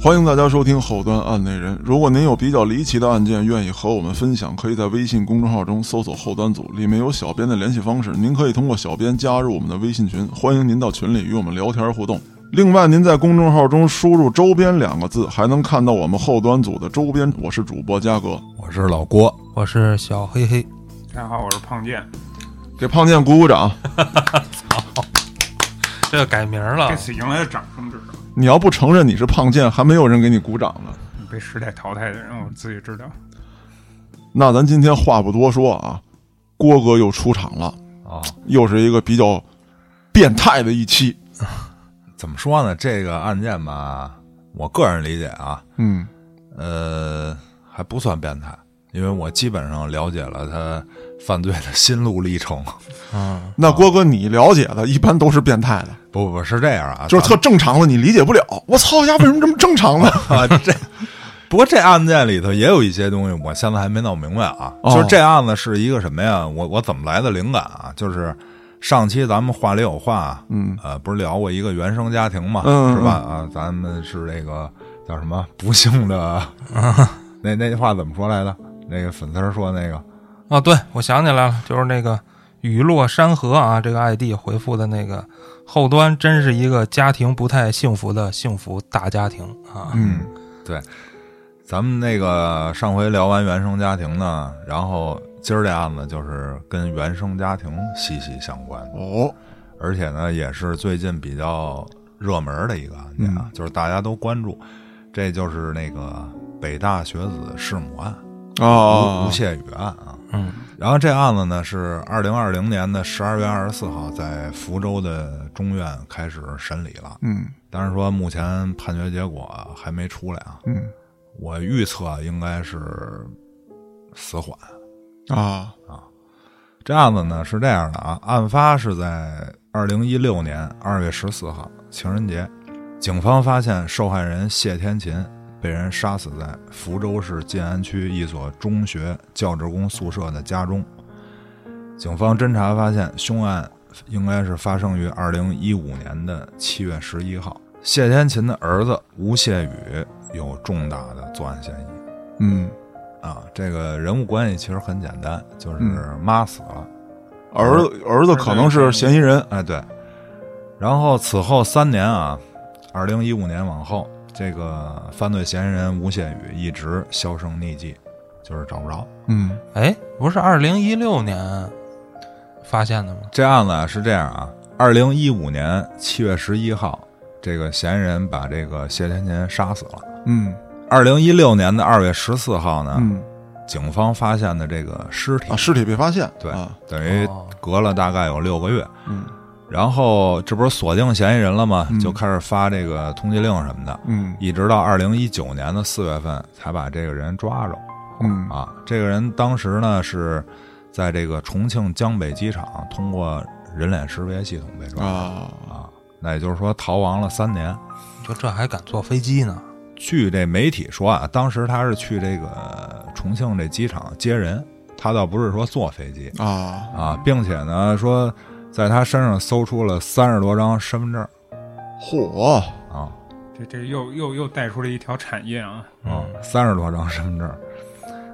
欢迎大家收听《后端案内人》。如果您有比较离奇的案件，愿意和我们分享，可以在微信公众号中搜索“后端组”，里面有小编的联系方式。您可以通过小编加入我们的微信群，欢迎您到群里与我们聊天互动。另外，您在公众号中输入“周边”两个字，还能看到我们后端组的周边。我是主播嘉哥，我是老郭，我是小黑黑。大家好，我是胖健。给胖健鼓鼓掌。这个改名了这，次迎来了掌声知道，你要不承认你是胖健，还没有人给你鼓掌呢。你被时代淘汰的人，我自己知道。那咱今天话不多说啊，郭哥又出场了啊，又是一个比较变态的一期。怎么说呢？这个案件吧，我个人理解啊，嗯，呃，还不算变态，因为我基本上了解了他犯罪的心路历程。嗯，那郭哥你了解的，一般都是变态的，不不是这样啊，就是特正常的你理解不了。我操呀，为什么这么正 常呢？啊，这不过这案件里头也有一些东西，我现在还没闹明白啊。哦就是这案子是一个什么呀？我我怎么来的灵感啊？就是上期咱们话里有话，嗯，呃，不是聊过一个原生家庭嘛，嗯是吧？啊，咱们是那个叫什么不幸的， 那那句话怎么说来的？那个粉丝儿说那个哦，对，我想起来了，就是那个雨落山河啊，这个 ID 回复的那个后端，真是一个家庭不太幸福的幸福大家庭啊。嗯，对，咱们那个上回聊完原生家庭呢，然后今儿这案子就是跟原生家庭息息相关的。哦，而且呢，也是最近比较热门的一个案件嗯啊，就是大家都关注，这就是那个北大学子弑母案、啊吴吴，谢宇案啊。嗯，然后这案子呢是二零二零年的十二月二十四号在福州的中院开始审理了，嗯但是说目前判决结果还没出来啊，嗯我预测应该是死缓。啊，这案子呢是这样的啊，案发是在二零一六年二月十四号情人节，警方发现受害人谢天琴被人杀死在福州市晋安区一所中学教职工宿舍的家中。警方侦查发现，凶案应该是发生于二零一五年的七月十一号。谢天琴的儿子吴谢宇有重大的作案嫌疑。嗯，啊，这个人物关系其实很简单，就是嗯妈死了，儿子儿子可能是嫌疑人。哎对。然后此后三年啊，二零一五年往后，这个犯罪嫌疑人吴谢宇一直销声匿迹，就是找不着。嗯哎，不是二零一六年发现的吗？这案子啊是这样啊，二零一五年七月十一号，这个嫌疑人把这个谢天琴杀死了。嗯二零一六年的二月十四号呢，嗯，警方发现的这个尸体，啊，尸体被发现。对啊，等于哦隔了大概有六个月。嗯然后这不是锁定嫌疑人了吗嗯？就开始发这个通缉令什么的，嗯一直到二零一九年的四月份才把这个人抓着嗯啊。这个人当时呢是在这个重庆江北机场通过人脸识别系统被抓的啊，啊，那也就是说逃亡了三年。就这还敢坐飞机呢？据这媒体说啊，当时他是去这个重庆这机场接人，他倒不是说坐飞机啊啊，并且呢说在他身上搜出了三十多张身份证嚯，啊。这这又又又带出了一条产业啊！啊，三十多张身份证儿。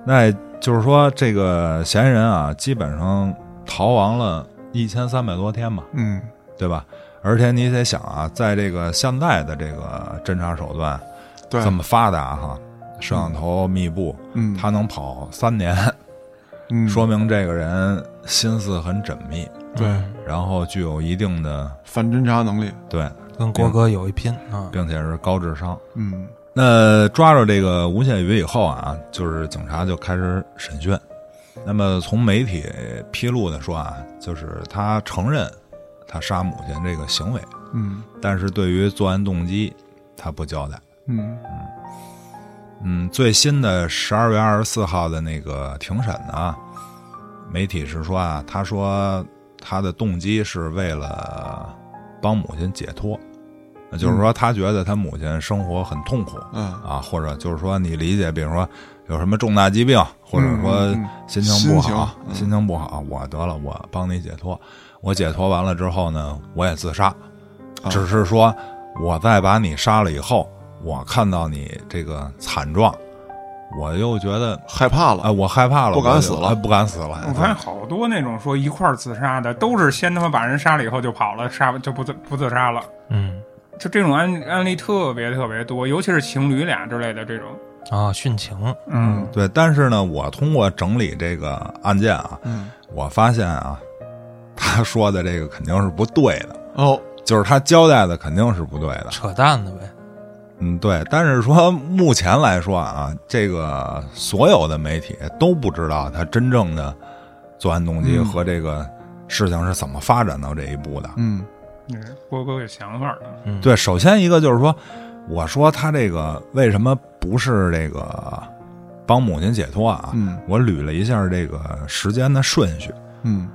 那也就是说，这个嫌疑人啊，基本上逃亡了一千三百多天吧，嗯对吧？而且你得想啊，在这个现在的这个侦查手段对这，么发达哈，摄像头密布，嗯他能跑三年，嗯说明这个人心思很缜密，对然后具有一定的反侦查能力。对，跟郭哥有一拼啊！并且是高智商。嗯那抓着这个吴谢宇以后啊，就是警察就开始审讯。那么从媒体披露的说啊，就是他承认他杀母亲这个行为，嗯但是对于作案动机他不交代。嗯嗯，最新的十二月二十四号的那个庭审呢，媒体是说啊，他说他的动机是为了帮母亲解脱，那就是说他觉得他母亲生活很痛苦，嗯，啊，或者就是说你理解，比如说有什么重大疾病，或者说嗯嗯心情不心好，情嗯不好，我得了，我帮你解脱。我解脱啊完了之后呢，我也自杀，只是说我再把你杀了以后，我看到你这个惨状，我又觉得，害怕了。哎，我害怕了，不敢我就死了哎不敢死了。我发现好多那种说一块儿自杀的，都是先他妈把人杀了以后就跑了，杀就不自不自杀了。嗯就这种案案例特别特别多，尤其是情侣俩之类的这种。啊，殉情，嗯，对，但是呢，我通过整理这个案件啊，嗯，我发现啊，他说的这个肯定是不对的，哦，就是他交代的肯定是不对的。扯淡的呗。嗯，对。但是说目前来说啊，这个所有的媒体都不知道他真正的作案动机和这个事情是怎么发展到这一步的。嗯，那是郭哥有想法的。嗯，，对，首先一个就是说，我说他这个为什么不是这个帮母亲解脱啊？嗯我捋了一下这个时间的顺序，嗯，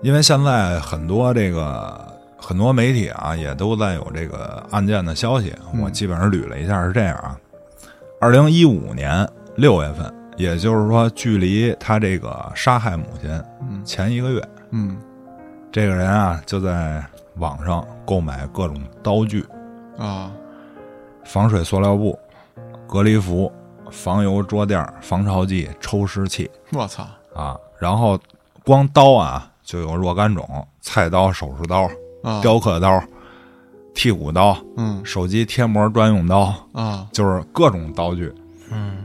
因为现在很多这个很多媒体啊也都在有这个案件的消息，我基本上捋了一下是这样啊。二零一五年六月份，也就是说距离他这个杀害母亲嗯前一个月，嗯，这个人啊就在网上购买各种刀具，啊，防水塑料布、隔离服、防油桌垫、防潮剂、抽湿器我操，啊，然后光刀啊就有若干种，菜刀、手术刀、啊，雕刻刀、剔骨刀、嗯手机贴膜专用刀，啊，就是各种刀具。嗯，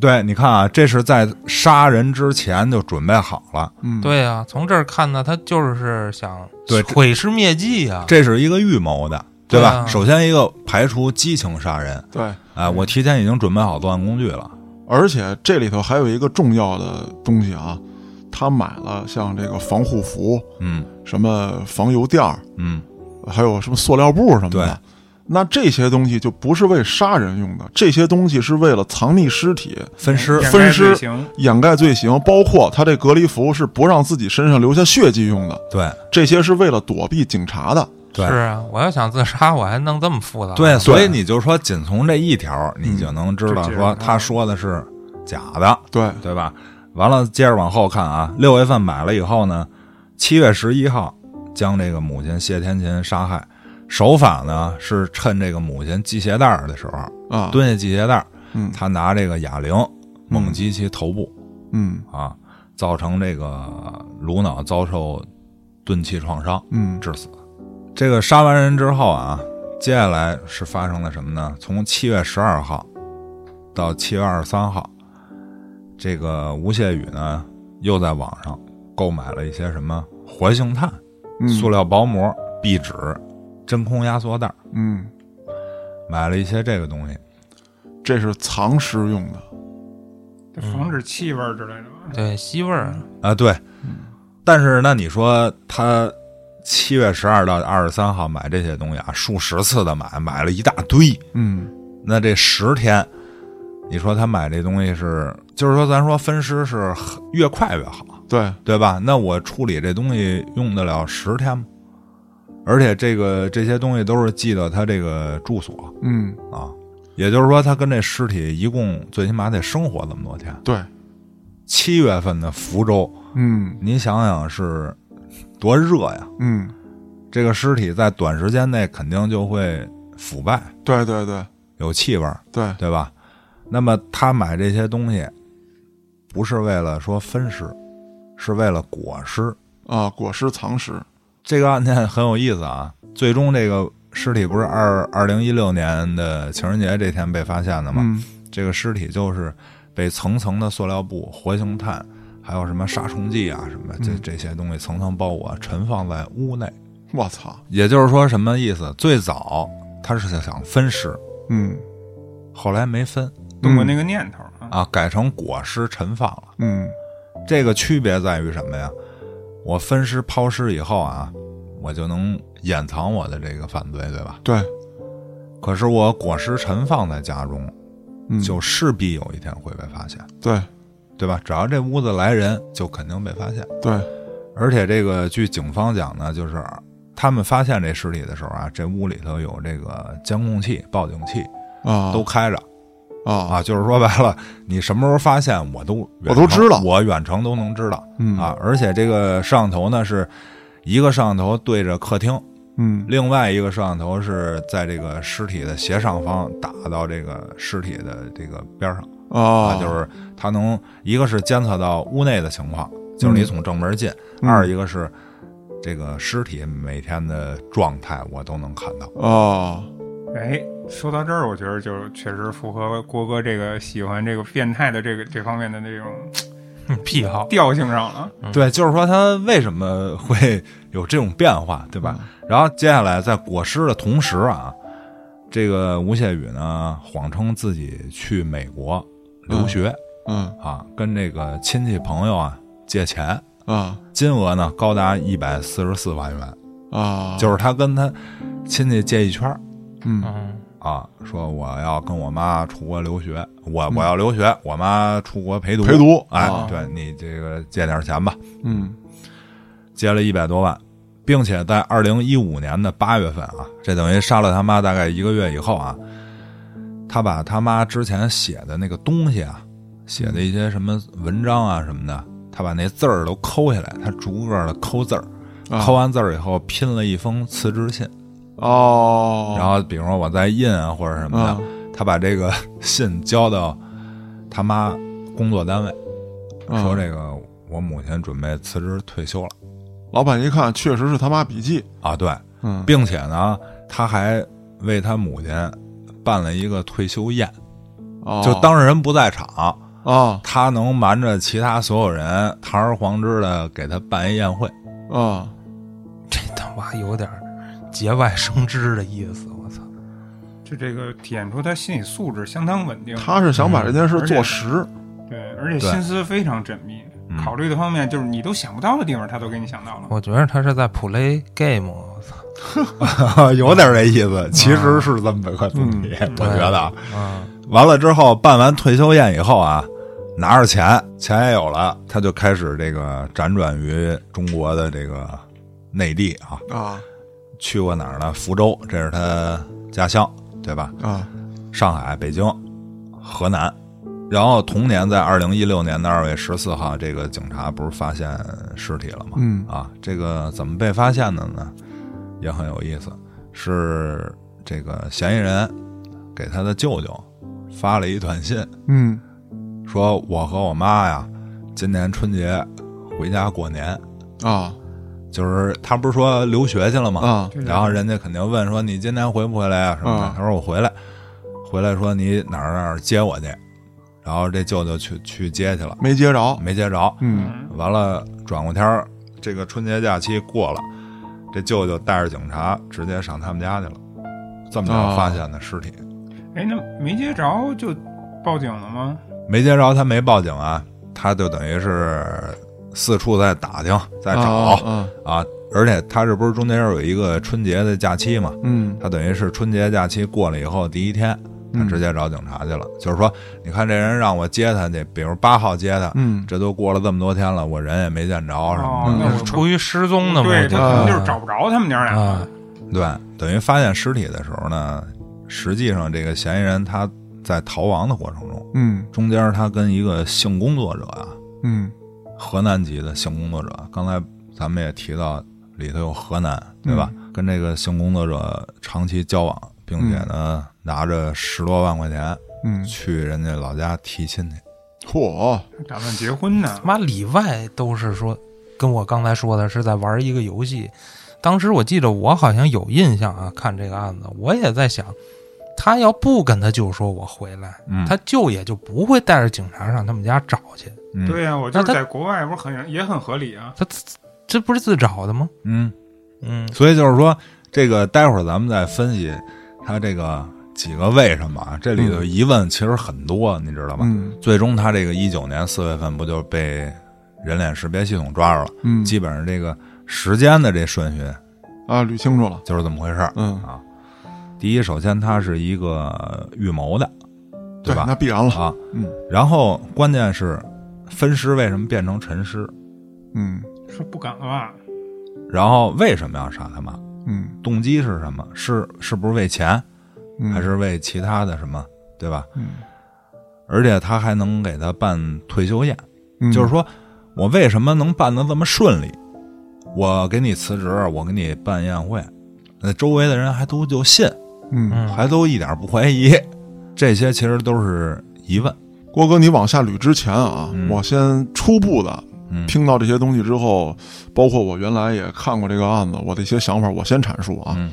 对，你看啊，这是在杀人之前就准备好了，嗯，，对呀、从这儿看呢，他就是想对这毁尸灭迹啊呀、这是一个预谋的，对吧？对啊首先一个排除激情杀人，对，哎、我提前已经准备好作案工具了。而且这里头还有一个重要的东西啊，他买了像这个防护服、嗯什么防油垫儿，嗯，还有什么塑料布什么对的。那这些东西就不是为杀人用的，这些东西是为了藏匿尸体、分尸，掩盖分尸罪行，掩盖罪行，包括他这隔离服是不让自己身上留下血迹用的，对这些是为了躲避警察的。对是啊，我要想自杀，我还弄这么啊复杂？对，所以你就说，仅从这一条，你就能知道就知说道他说的是假的，对，对吧？完了，接着往后看啊，六月份买了以后呢，七月十一号将这个母亲谢天琴杀害，手法呢是趁这个母亲系鞋带儿的时候，啊，，蹲下系鞋带儿，嗯他拿这个哑铃梦击其头部嗯啊，造成这个颅脑遭受钝器创伤，嗯致死。这个杀完人之后啊，接下来是发生了什么呢？从七月十二号到七月二十三号，这个吴谢宇呢又在网上购买了一些什么活性炭、嗯，塑料薄膜、壁纸、真空压缩袋，嗯，买了一些这个东西。这是藏尸用的。就防止气味儿之类的吧。对吸味儿，啊，对。但是那你说他七月十二到二十三号买这些东西啊，数十次的买，买了一大堆。嗯那这十天，你说他买这东西是，就是说咱说分尸是越快越好，，对，对吧？那我处理这东西用得了十天吗？而且这个这些东西都是寄到他这个住所嗯啊，也就是说他跟这尸体一共最起码得生活这么多天。对，七月份的福州，嗯您想想是多热呀！嗯，这个尸体在短时间内肯定就会腐败，对对对有气味儿，对，对吧？那么他买这些东西，不是为了说分尸，是为了裹尸。啊，裹尸藏尸。这个案件很有意思啊。最终这个尸体不是二二零一六年的情人节这天被发现的吗？嗯这个尸体就是被层层的塑料布、活性炭，还有什么杀虫剂啊什么这这些东西层层包裹，陈放在屋内。我操，也就是说，什么意思？最早他是想分尸，嗯后来没分动过那个念头啊，啊，改成裹尸陈放了。嗯这个区别在于什么呀？我分尸抛尸以后啊，我就能掩藏我的这个犯罪，对吧？对，可是我裹尸陈放在家中，嗯就势必有一天会被发现，对对吧？只要这屋子来人，就肯定被发现。对，而且这个据警方讲呢，就是他们发现这尸体的时候啊，这屋里头有这个监控器、报警器啊都开着。啊啊，就是说白了，你什么时候发现我都远我都程知道我远程都能知道嗯啊。而且这个摄像头呢，是一个摄像头对着客厅，嗯另外一个摄像头是在这个尸体的斜上方打到这个尸体的这个边上啊，就是它能一个是监测到屋内的情况，就是你从正门进；嗯二一个是这个尸体每天的状态我都能看到。啊，哎，说到这儿，我觉得就确实符合郭哥这个喜欢这个变态的这个这方面的那种嗯癖好，调性上了。嗯对，就是说它为什么会有这种变化，嗯对吧？然后接下来在裹尸的同时啊，这个吴谢宇呢谎称自己去美国留学、嗯啊，跟这个亲戚朋友啊借钱，啊金额呢高达一百四十四万元，啊，就是他跟他亲戚借一圈儿嗯嗯啊，说我要跟我妈出国留学，我我要留学，我妈出国陪读嗯陪读哎，啊对你这个借点钱吧，嗯借了一百多万，并且在二零一五年的八月份啊，这等于杀了他妈大概一个月以后啊，他把他妈之前写的那个东西啊，写的一些什么文章啊什么的，他把那字儿都抠下来，他逐个的抠字儿，啊抠完字儿以后拼了一封辞职信，嗯哦，然后比如说我再印啊或者什么的，啊他把这个 信交到他妈工作单位，啊说这个我母亲准备辞职退休了老板一看，确实是他妈笔记，啊，对。嗯并且呢，他还为他母亲办了一个退休宴，哦就当事人不在场，啊他能瞒着其他所有人，堂而皇之的给他办一宴会。啊这他妈有点儿节外生枝的意思，我操！就这个体现出他心理素质相当稳定，他是想把这件事做实，对，而且对心思非常缜密，嗯考虑的方面就是你都想不到的地方，他都给你想到了。我觉得他是在 play game，我操！ 有点这意思，其实是这么个东西，啊 我觉得啊。啊，完了之后，办完退休宴以后啊，拿着钱，钱也有了，他就开始这个辗转于中国的这个内地啊，啊去过哪儿呢？福州，这是他家乡，对吧？啊上海、北京、河南。然后同年，在二零一六年的二月十四号，这个警察不是发现尸体了吗？嗯啊，这个怎么被发现的呢？也很有意思，是这个嫌疑人给他的舅舅发了一短信，嗯说我和我妈呀，今年春节回家过年，啊就是他不是说留学去了吗？啊对然后人家肯定问说你今天回不回来啊什么的嗯，他说我回来，回来说你哪儿哪儿接我去，然后这舅舅去去接去了，没接着，没接着，嗯完了转过天儿这个春节假期过了，这舅舅带着警察直接上他们家去了，这么哦着发现的尸体，哎，那没接着就报警了吗？没接着他没报警啊，他就等于是四处在打听在找啊啊，而且他这不是中间有一个春节的假期嘛，嗯他等于是春节假期过了以后第一天，他直接找警察去了。就是说，你看这人让我接他去，比如八号接他，嗯这都过了这么多天了，我人也没见着什么哦的。那我是出于失踪的目嗯对的，他可能就是找不着他们娘俩啊了。，对，等于发现尸体的时候呢，实际上这个嫌疑人他在逃亡的过程中，嗯中间他跟一个性工作者啊，嗯河南籍的性工作者，刚才咱们也提到里头有河南，对吧？跟这个性工作者长期交往，并且呢、拿着十多万块钱嗯，去人家老家提亲去。嚯打算结婚呢他，妈里外都是说，跟我刚才说的是在玩一个游戏。当时我记着我好像有印象啊，看这个案子，我也在想，他要不跟他舅说我回来，嗯他舅也就不会带着警察上他们家找去，嗯对呀、我就是那他在国外，不是很也很合理啊？他自这不是自找的吗？嗯，嗯所以就是说，这个待会儿咱们再分析他这个几个为什么啊，这里头疑问其实很多，你知道吧？嗯最终他这个一九年四月份不就被人脸识别系统抓住了？嗯基本上这个时间的这顺序啊捋清楚了，就是这么回事儿。嗯啊，第一，首先它是一个预谋的，对吧那？必然了，啊，嗯然后关键是分尸为什么变成沉尸？嗯说不敢了吧？然后为什么要杀他妈？嗯动机是什么？是是不是为钱，嗯还是为其他的什么？对吧？嗯而且他还能给他办退休宴，嗯就是说我为什么能办得这么顺利？我给你辞职，我给你办宴会，那周围的人还都就信，嗯，嗯，还都一点不怀疑，这些其实都是疑问。郭哥，你往下捋之前啊，嗯我先初步的嗯听到这些东西之后，包括我原来也看过这个案子，我的一些想法，我先阐述啊。嗯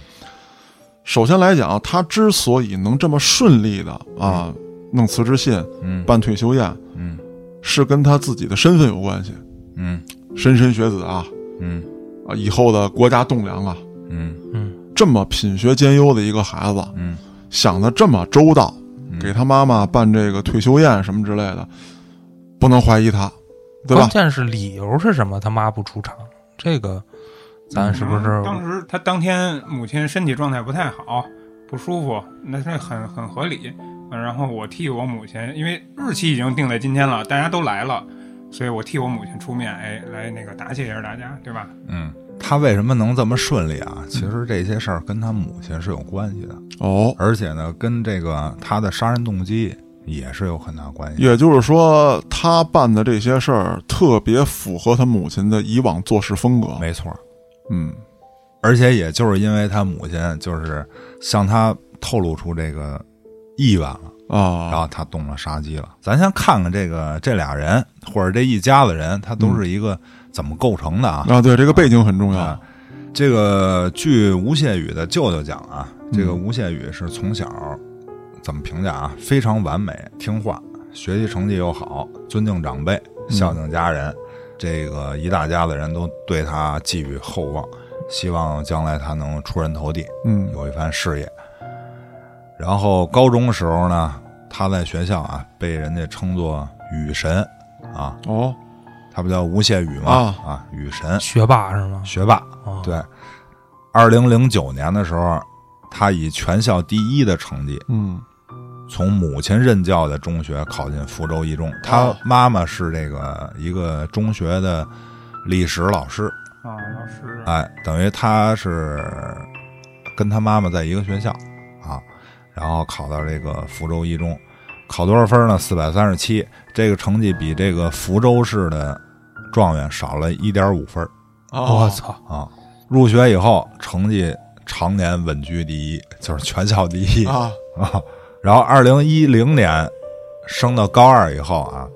首先来讲，啊他之所以能这么顺利的啊，弄辞职信、嗯办退休宴，嗯是跟他自己的身份有关系，嗯莘莘学子啊，嗯啊，以后的国家栋梁啊，嗯嗯这么品学兼优的一个孩子，嗯想的这么周到，嗯给他妈妈办这个退休宴什么之类的，不能怀疑他，对吧哦关？键是理由是什么？他妈不出场，这个咱是不是嗯当时他当天母亲身体状态不太好，不舒服，那这很很合理。嗯然后我替我母亲，因为日期已经定在今天了，大家都来了，所以我替我母亲出面，哎，来那个答谢一下大家，对吧？嗯，他为什么能这么顺利啊？其实这些事儿跟他母亲是有关系的，哦，而且呢，跟这个他的杀人动机也是有很大关系。也就是说，他办的这些事儿特别符合他母亲的以往做事风格。没错儿，嗯，而且也就是因为他母亲就是向他透露出这个意愿了，然啊，后他动了杀机了。咱先看看这个这俩人或者这一家子人，他都是一个怎么构成的啊？啊，对，这个背景很重要啊。这个据吴谢宇的舅舅讲啊，这个嗯吴谢宇是从小怎么评价啊？非常完美、听话，学习成绩又好，尊敬长辈，嗯孝敬家人。这个一大家子人都对他寄予厚望，希望将来他能出人头地，嗯有一番事业。然后高中的时候呢，他在学校啊被人家称作雨神啊，哦，他不叫吴谢宇吗？啊啊，雨神学霸是吗？学霸。啊，对，二零零九年的时候，他以全校第一的成绩，嗯，从母亲任教的中学考进福州一中。他哦妈妈是这个一个中学的历史老师，啊，老师，哎，等于他是跟他妈妈在一个学校啊，然后考到这个福州一中，考多少分呢？四百三十七，这个成绩比这个福州市的状元少了一点五分儿。哦我，操，啊，入学以后成绩常年稳居第一，就是全校第一啊，啊然后二零一零年升到高二以后啊，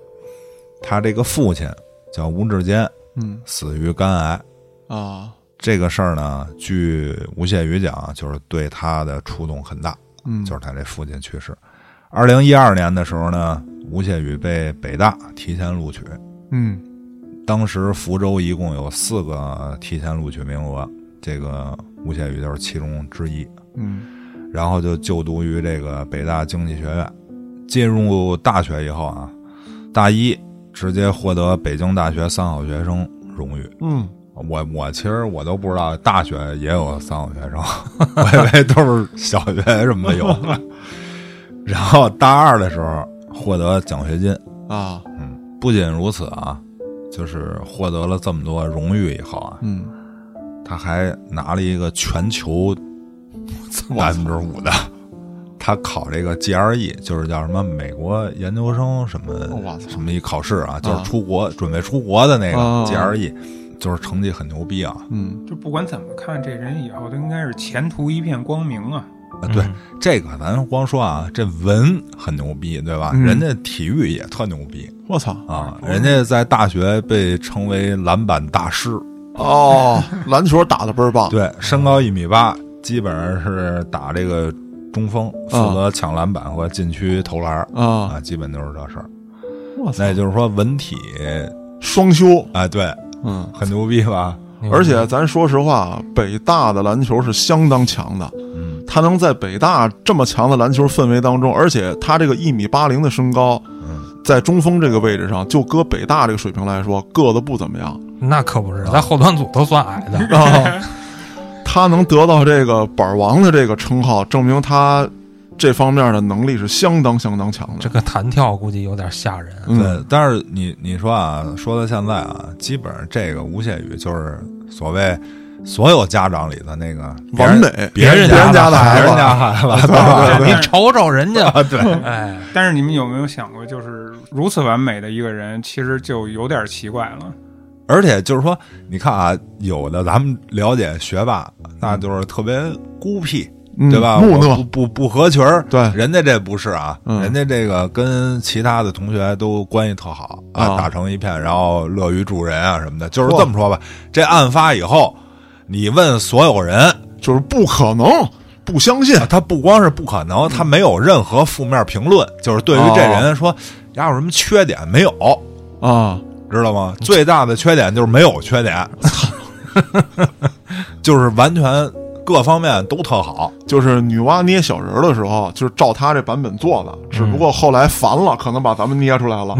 他这个父亲叫吴志坚，嗯死于肝癌。啊，这个事儿呢，据吴谢宇讲啊，就是对他的触动很大，嗯，就是他这父亲去世。二零一二年的时候呢，吴谢宇被北大提前录取，嗯当时福州一共有四个提前录取名额，这个吴谢宇就是其中之一。嗯然后就就读于这个北大经济学院。进入大学以后啊，大一直接获得北京大学三好学生荣誉。嗯，我我其实我都不知道大学也有三好学生，我以为都是小学什么的有。然后大二的时候获得奖学金，啊，不仅如此啊，就是获得了这么多荣誉以后啊，嗯，他还拿了一个 全球百分之五的。他考这个 GRE，就是叫什么美国研究生什我么操什么一考试啊，就是啊出国准备出国的那个啊啊啊 GRE，就是成绩很牛逼啊。嗯，就不管怎么看，这人以后都应该是前途一片光明啊！啊，对，这个咱光说啊，这文很牛逼，对吧？嗯人家体育也特牛逼我操，啊，人家在大学被称为篮板大师，哦， 篮球打的倍儿棒，对，身高一米八，基本上是打这个中锋，哦负责抢篮板和禁区投篮儿啊，啊，基本都是这事儿。哇塞那也就是说，文体双修，啊，对，嗯，很牛逼吧？牛逼而且咱说实话，啊北大的篮球是相当强的，嗯他能在北大这么强的篮球氛围当中，而且他这个一米八零的身高，嗯，在中锋这个位置上，就搁北大这个水平来说，个子不怎么样那可不是，咱后端组都算矮的，啊。他能得到这个板王的这个称号，证明他这方面的能力是相当相当强的。这个弹跳估计有点吓人。嗯对。但是你你说啊，说到现在啊，基本上这个吴谢宇就是所谓所有家长里的那个别完人美，别人别人家家的孩孩子子，别人家孩 子， 对吧？啊你瞅瞅人 家，啊，对，哎，但是你们有没有想过，就是如此完美的一个人，其实就有点奇怪了。而且就是说，你看啊，有的咱们了解学霸，那就是特别孤僻，嗯对吧？木我讷不，不不合群儿。对人家这不是啊，嗯人家这个跟其他的同学都关系特好啊，啊打成一片，然后乐于助人啊什么的。就是嚯这么说吧，这案发以后，你问所 有人，啊就是不可能，不相信。他不光是不可能，他没有任何负面评论，就是对于这人哦说，呀有什么缺点没有，啊，知道吗？最大的缺点就是没有缺点， 就是完全各方面都特好。就是女娲捏小人儿的时候，就是照他这版本做的，只不过后来烦了，可能把咱们捏出来了。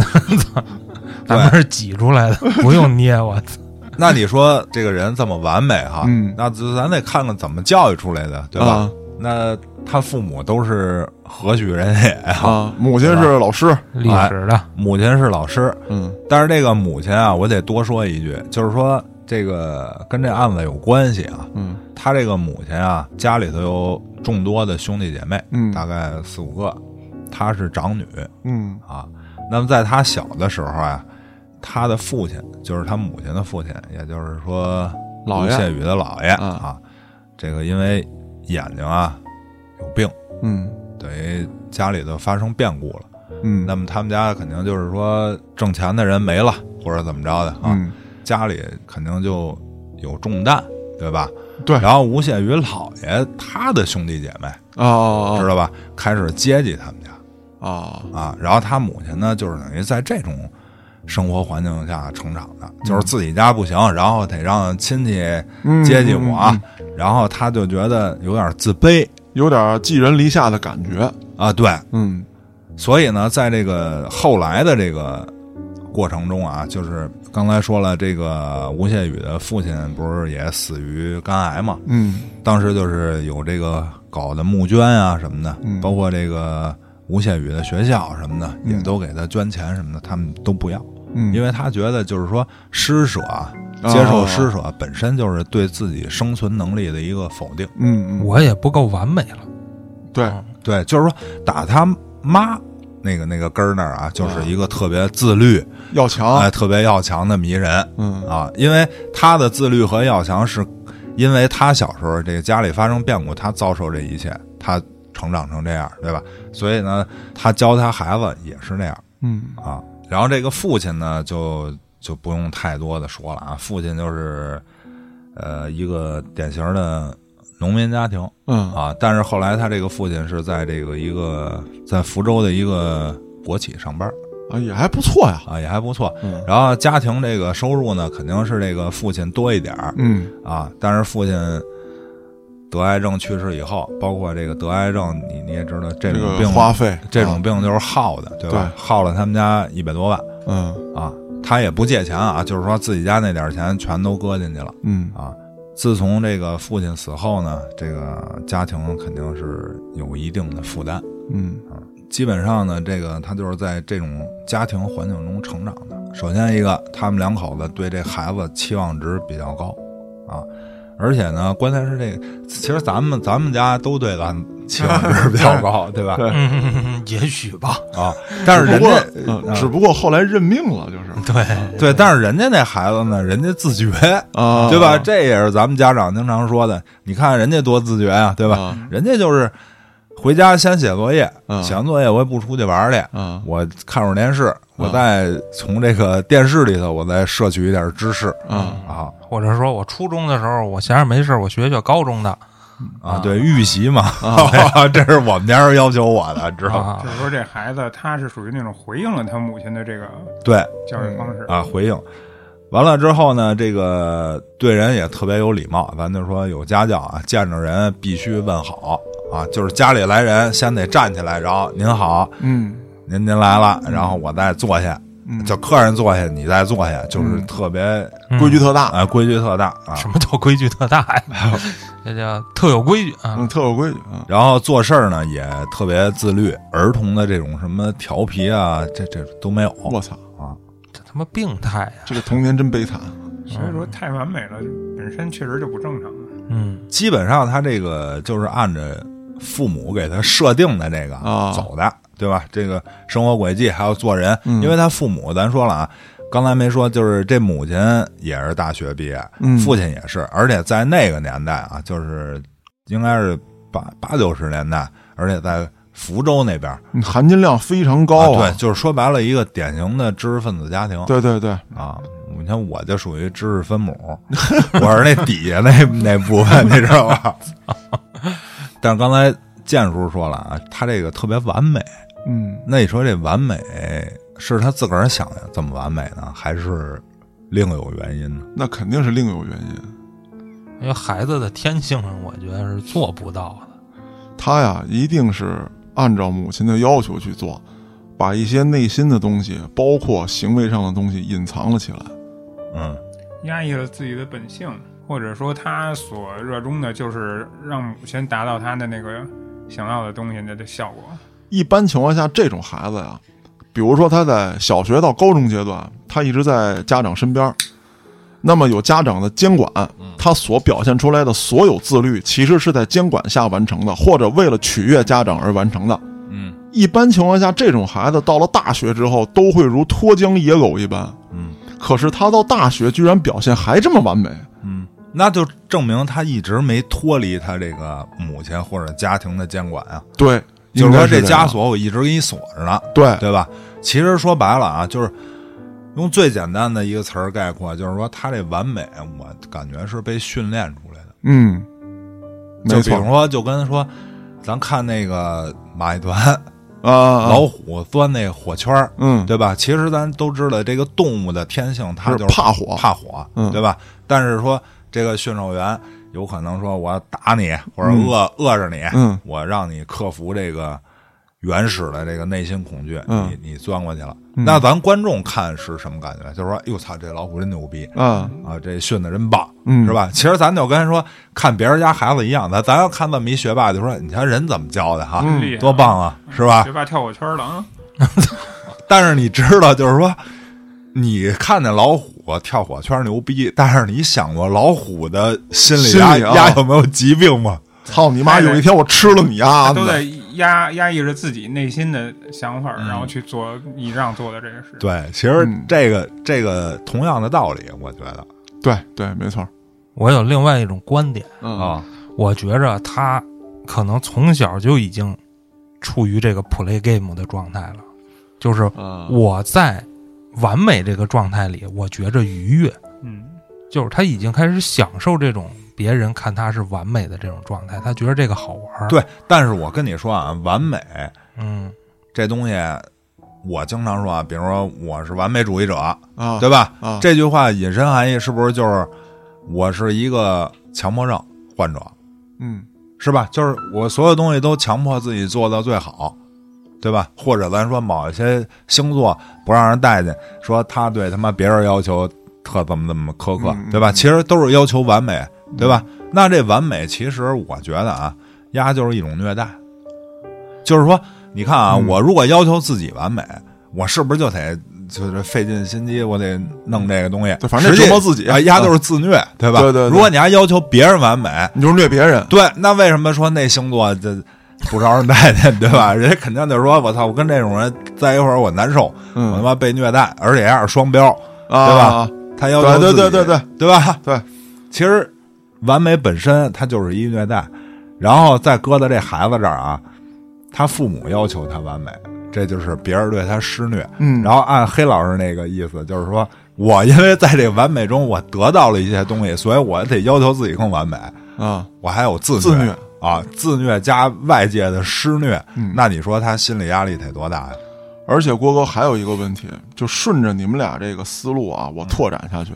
咱们是挤出来的，不用捏我。操那你说这个人这么完美哈，嗯那就咱得看看怎么教育出来的，对吧？啊那他父母都是何许人也呀？啊，母亲是老师，历史的，母亲是老师，嗯但是这个母亲啊，我得多说一句，就是说这个跟这案子有关系啊。嗯他这个母亲啊，家里头有众多的兄弟姐妹，嗯大概四五个，她是长女嗯啊。那么在她小的时候啊，她的父亲就是她母亲的父亲，也就是说老爷吴谢宇的姥爷啊这个因为眼睛啊有病，嗯等于家里头发生变故了。嗯，那么他们家肯定就是说挣钱的人没了，或者怎么着的啊，嗯家里肯定就有重担，对吧？对然后吴谢宇姥爷他的兄弟姐妹，知啊道吧？开始接济他们家啊啊。然后他母亲呢，就是等于在这种生活环境下成长的，就是自己家不行，然后得让亲戚嗯接济我，嗯嗯然后他就觉得有点自卑有点寄人篱下的感觉。啊。对，嗯所以呢，在这个后来的这个过程中啊，就是刚才说了，这个吴谢宇的父亲不是也死于肝癌嘛？嗯当时就是有这个搞的募捐啊什么的，嗯包括这个吴谢宇的学校什么的，嗯也都给他捐钱什么的，他们都不要，嗯，因为为他觉得就是说施舍啊，接受施舍啊本身就是对自己生存能力的一个否定。嗯嗯我也不够完美了。对对，就是说打他妈那个那个根儿那儿啊，就是一个特别自律、要哎强。特别要强的迷人嗯啊，因为他的自律和要强是，因为他小时候这个家里发生变故，他遭受这一切，他成长成这样，对吧？所以呢，他教他孩子也是那样嗯啊。然后这个父亲呢，就就不用太多的说了啊，父亲就是呃一个典型的农民家庭。嗯啊，但是后来他这个父亲是在这个一个在福州的一个国企上班啊，也还不错呀。啊，也还不错。嗯然后家庭这个收入呢，肯定是这个父亲多一点儿嗯啊，但是父亲得癌症去世以后，包括这个得癌症，你你也知道这这种个病，花费，这种病就是耗的，对吧？耗了他们家一百多万嗯啊，他也不借钱啊，就是说自己家那点儿钱全都搁进去了。嗯啊。自从这个父亲死后呢，这个家庭肯定是有一定的负担。嗯基本上呢，这个他就是在这种家庭环境中成长的。首先一个，他们两口子对这孩子期望值比较高啊，而且呢，关键是这个，其实咱们咱们家都对咱期望值比较 高，对吧？对嗯，也许吧。啊，但是只人不过家，啊嗯只不过后来认命了，就是对，对，但是人家那孩子呢，人家自觉，啊，对吧？这也是咱们家长经常说的。你看人家多自觉啊，对吧？啊人家就是回家先写作业，嗯写完作业我也不出去玩儿去，啊我看会儿电视，我再从这个电视里头我再摄取一点知识啊啊或者说我初中的时候，我闲着没事儿，我学学高中的啊！对，预习嘛，啊这是我们家人要求我的，知道吗？啊就是说这孩子他是属于那种回应了他母亲的这个对教育方式，啊，回应。完了之后呢，这个对人也特别有礼貌，咱就说有家教啊，见着人必须问好啊，就是家里来人先得站起来，然后您好，嗯您您来了，然后我再坐下，嗯，就客人坐下，你再坐下，就是特别嗯规矩特大，啊规矩特大啊。什么叫规矩特大呀？这叫特有规矩啊嗯，！特有规矩啊，然后做事儿呢也特别自律，儿童的这种什么调皮啊，这这都没有。我操，嗯这他妈病态呀！这个童年真悲惨，所以说太完美了，本身确实就不正常了。嗯，基本上他这个就是按着父母给他设定的这个啊走的，对吧？这个生活轨迹还有做人，嗯因为他父母咱说了啊，刚才没说，就是这母亲也是大学毕业，嗯父亲也是，而且在那个年代啊，就是应该是八八九十年代，而且在福州那边，嗯含金量非常高啊对，就是说白了，一个典型的知识分子家庭。对对对，啊，你看我就属于知识分母，我是那底下那那部分，你知道吧？ 但是刚才建叔说了啊，他这个特别完美。嗯，那你说这完美是他自个儿想的这么完美呢，还是另有原因呢？那肯定是另有原因。因为孩子的天性上，我觉得是做不到的。他呀，一定是按照母亲的要求去做，把一些内心的东西，包括行为上的东西隐藏了起来。嗯，压抑了自己的本性，或者说他所热衷的就是让母亲达到他的那个想要的东西的效果。一般情况下，这种孩子呀，比如说他在小学到高中阶段，他一直在家长身边儿，那么有家长的监管，嗯他所表现出来的所有自律，其实是在监管下完成的，或者为了取悦家长而完成的。嗯，一般情况下，这种孩子到了大学之后，都会如脱缰野狗一般。嗯，可是他到大学居然表现还这么完美，那就证明他一直没脱离他这个母亲或者家庭的监管啊。对，就是说应该是这样枷，锁我一直给你锁着呢，对，对吧？其实说白了啊，就是用最简单的一个词儿概括，就是说他这完美，我感觉是被训练出来的。嗯，没就比错如说，就跟说，咱看那个马戏团，啊啊，啊老虎钻那火圈儿，嗯，对吧？其实咱都知道，这个动物的天性，它就是怕火怕火，嗯对吧？但是说这个驯兽员有可能说，我打你，或者饿、饿着你，嗯我让你克服这个原始的这个内心恐惧，嗯你你钻过去了。那咱观众看是什么感觉？就是说，哟哎操，这老虎真牛逼啊，啊，这驯的真棒，嗯是吧？其实咱就跟说看别人家孩子一样，咱咱要看这么一学霸，就说哎你瞧人怎么教的哈，嗯厉嗯害多棒啊，是吧？学霸跳火圈了啊！但是你知道，就是说，你看见老虎跳火圈牛逼，但是你想过老虎的心理压心理啊压有没有疾病吗？操你哎妈！有一天我吃了你啊丫都在的！压压抑着自己内心的想法，然后去做你让做的这个事。， 嗯对，其实嗯这个、这个同样的道理，我觉得对对，没错。我有另外一种观点，啊嗯，我觉着他可能从小就已经处于这个 play game 的状态了，就是啊嗯我在完美这个状态里，我觉着愉悦，嗯，就是他已经开始享受这种别人看他是完美的这种状态，他觉得这个好玩儿。，对。但是我跟你说啊，完美嗯，这东西，我经常说啊，比如说我是完美主义者，啊，对吧？啊这句话引申含义是不是就是我是一个强迫症患者？嗯是吧？就是我所有东西都强迫自己做到最好，对吧？或者咱说某一些星座不让人待见，说他对他妈别人要求特怎么怎么苛刻嗯，嗯对吧？嗯其实都是要求完美，对吧？那这完美其实我觉得啊，压就是一种虐待，就是说，你看啊，嗯我如果要求自己完美，我是不是就得就是费尽心机，我得弄这个东西？对反正实际折磨自己嗯啊，压就是自虐，对吧？对对对如果你还要求别人完美，你就是虐别人，对，那为什么说那星座这不招人待见，对吧？人家肯定就是说，我操，我跟这种人在一块儿我难受，我他嗯妈被虐待，而且还是双标，啊，对吧啊他要求对自己对对对对对吧？对，其实完美本身它就是一虐待，然后再搁到这孩子这儿啊，他父母要求他完美，这就是别人对他施虐。嗯，然后按黑老师那个意思，就是说我因为在这个完美中我得到了一些东西，所以我得要求自己更完美。后啊，我还有自自虐啊，自虐加外界的施虐，嗯那你说他心理压力得多大呀？而且郭哥还有一个问题，就顺着你们俩这个思路啊，我拓展下去。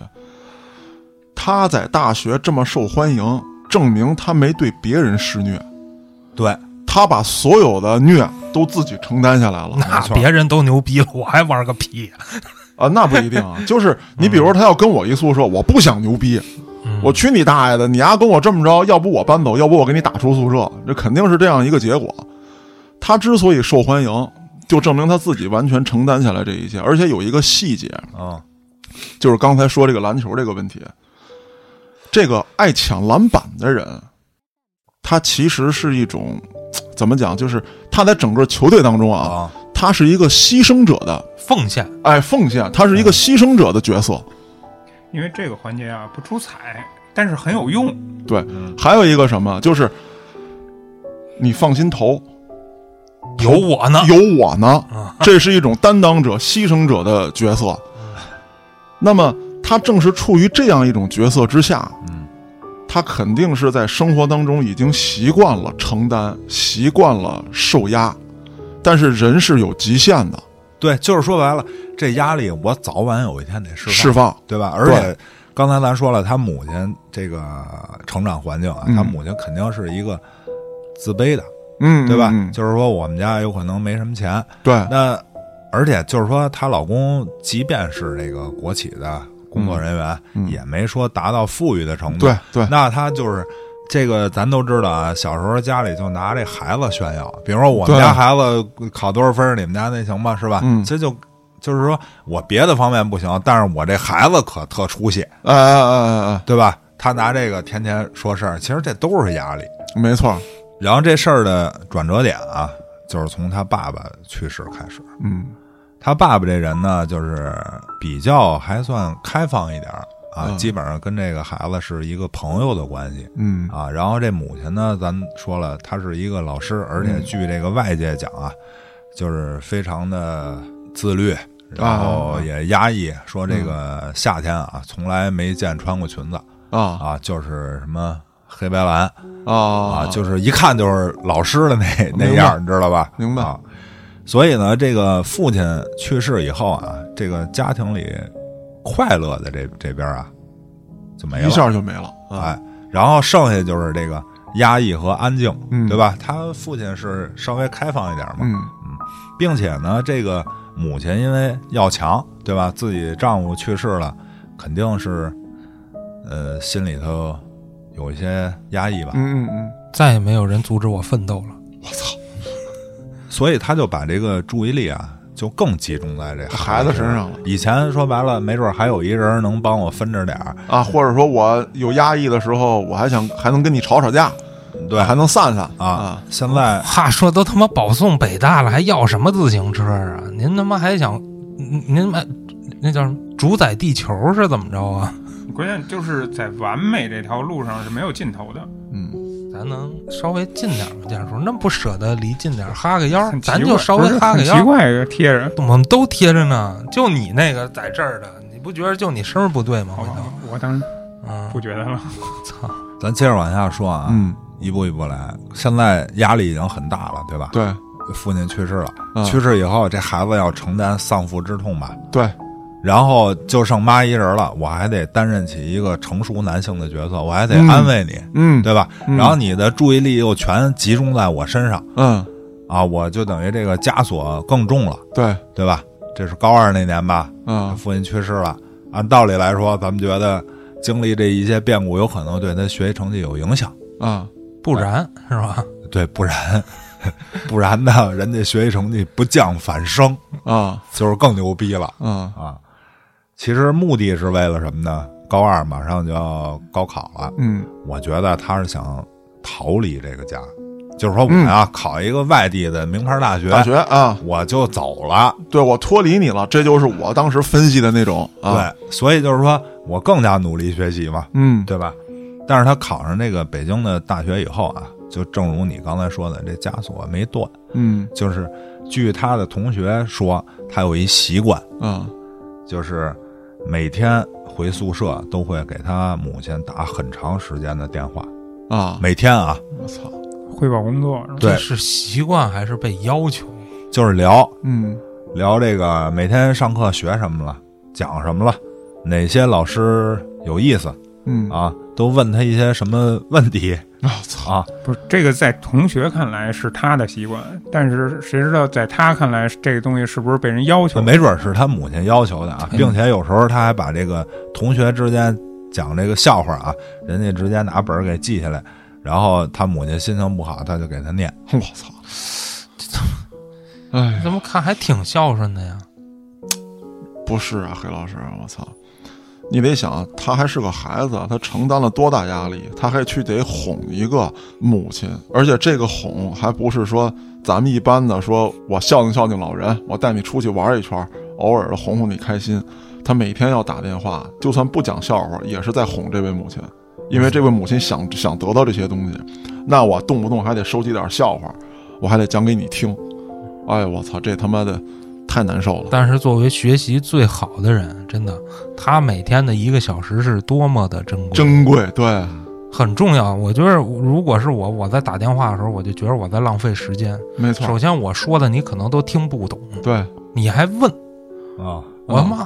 他在大学这么受欢迎，证明他没对别人施虐，对，他把所有的虐都自己承担下来了。那没错别人都牛逼了，我还玩个屁呀！啊，那不一定啊。就是你比如说，他要跟我一宿舍，我不想牛逼，我去你大爷的！你丫跟我这么着，要不我搬走，要不我给你打出宿舍，这肯定是这样一个结果。他之所以受欢迎，就证明他自己完全承担下来这一切。而且有一个细节，嗯，就是刚才说这个篮球这个问题，这个爱抢篮板的人，他其实是一种怎么讲？就是他在整个球队当中啊，啊，他是一个牺牲者的，奉献，哎，奉献，他是一个牺牲者的角色。因为这个环节啊不出彩，但是很有用。对，嗯还有一个什么，就是你放心投，有我啊呢，有我呢，这是一种担当者、牺牲者的角色。那么，他正是处于这样一种角色之下，嗯他肯定是在生活当中已经习惯了承担，习惯了受压。但是人是有极限的，对，就是说白了，这压力我早晚有一天得释放，释放对吧？而且对刚才咱说了，他母亲这个成长环境啊，他母亲肯定是一个自卑的，嗯，对吧？嗯嗯就是说我们家有可能没什么钱，对，那而且就是说她老公即便是这个国企的工作人员，嗯嗯也没说达到富裕的程度，对， 对，那他就是这个，咱都知道啊。小时候家里就拿这孩子炫耀，比如说我们对家孩子考多少分儿，你们家那行吧，是吧？嗯这就就是说我别的方面不行，但是我这孩子可特出息，哎哎哎哎对吧？他拿这个天天说事儿，其实这都是压力。哎，没错，然后这事儿的转折点啊，就是从他爸爸去世开始。嗯他爸爸这人呢，就是比较还算开放一点儿啊，嗯基本上跟这个孩子是一个朋友的关系。嗯啊，然后这母亲呢，咱们说了，她是一个老师，嗯而且据这个外界讲啊，就是非常的自律，然啊后也压抑。说嗯这个夏天啊，从来没见穿过裙子啊啊，就是什么黑白蓝啊啊，啊就是一看就是老师的那那明白样儿，你知道吧？明白啊。所以呢，这个父亲去世以后啊，这个家庭里快乐的这这边儿啊，就没了，一下就没了，啊哎，然后剩下就是这个压抑和安静，嗯对吧？他父亲是稍微开放一点嘛，嗯并且呢，这个母亲因为要强，对吧？自己丈夫去世了，肯定是呃心里头有一些压抑吧，嗯嗯嗯，再也没有人阻止我奋斗了。我操，所以他就把这个注意力啊。就更集中在这孩子身上了。以前说白了，没准还有一人能帮我分着点儿，啊，或者说我有压抑的时候，我还想还能跟你吵吵架，对还能散散啊。现在话说都他妈保送北大了，还要什么自行车啊？您他妈还想，您您妈那叫什么主宰地球是怎么着啊？关键就是在完美这条路上是没有尽头的。嗯，咱能稍微近点儿吗？建叔，那么不舍得离近点儿，哈个腰儿很，奇怪咱就稍微不是哈个很腰奇儿。怪，贴着。我们都贴着呢，就你那个在这儿的，你不觉得就你声儿不对吗？回头，我我当时嗯，不觉得了，操，咱接着往下说啊，嗯，一步一步来。现在压力已经很大了，对吧？对父亲去世了，嗯去世以后这孩子要承担丧父之痛吧，对，然后就剩妈一人了，我还得担任起一个成熟男性的角色，我还得嗯安慰你，嗯对吧？嗯然后你的注意力又全集中在我身上嗯啊，我就等于这个枷锁更重了，对对吧？这是高二那年吧，啊父亲去世了，按道理来说，咱们觉得经历这一些变故，有可能对他学习成绩有影响。啊不然是吧？对，不然 不然呢，人家学习成绩不降反升，啊就是更牛逼了啊，啊！其实目的是为了什么呢？高二马上就要高考了，嗯我觉得他是想逃离这个家，就是说我呀、考一个外地的名牌大学，嗯大学啊，我就走了。对我脱离你了，这就是我当时分析的那种啊，对，所以就是说我更加努力学习嘛，嗯对吧？但是他考上这个北京的大学以后啊，就正如你刚才说的，这枷锁没断。嗯就是据他的同学说，他有一习惯，啊就是每天回宿舍都会给他母亲打很长时间的电话，啊，每天啊，我操，汇报工作是吧？对这是习惯还是被要求？就是聊嗯聊这个每天上课学什么了，讲什么了，哪些老师有意思嗯，啊，都问他一些什么问题我操，啊，不是这个，在同学看来是他的习惯，但是谁知道在他看来这个东西是不是被人要就求的？没准是他母亲要求的啊，并且有时候他还把这个同学之间讲这个笑话啊，人家直接拿本儿给记下来，然后他母亲心情不好，他就给他念。我操， 哎呀，怎么看还挺孝顺的呀？不是啊，黑老师，我操，你得想啊，他还是个孩子，他承担了多大压力，他还去得哄一个母亲，而且这个哄还不是说咱们一般的说我孝敬孝敬老人，我带你出去玩一圈，偶尔的哄哄你开心。他每天要打电话，就算不讲笑话，也是在哄这位母亲，因为这位母亲想想得到这些东西，那我动不动还得收集点笑话，我还得讲给你听。哎，我操，这他妈的太难受了。但是作为学习最好的人，真的，他每天的一个小时是多么的珍贵，珍贵，对，很重要。我觉得，如果是我，我在打电话的时候，我就觉得我在浪费时间。没错首，先，我说的你可能都听不懂，对，你还问啊。我妈，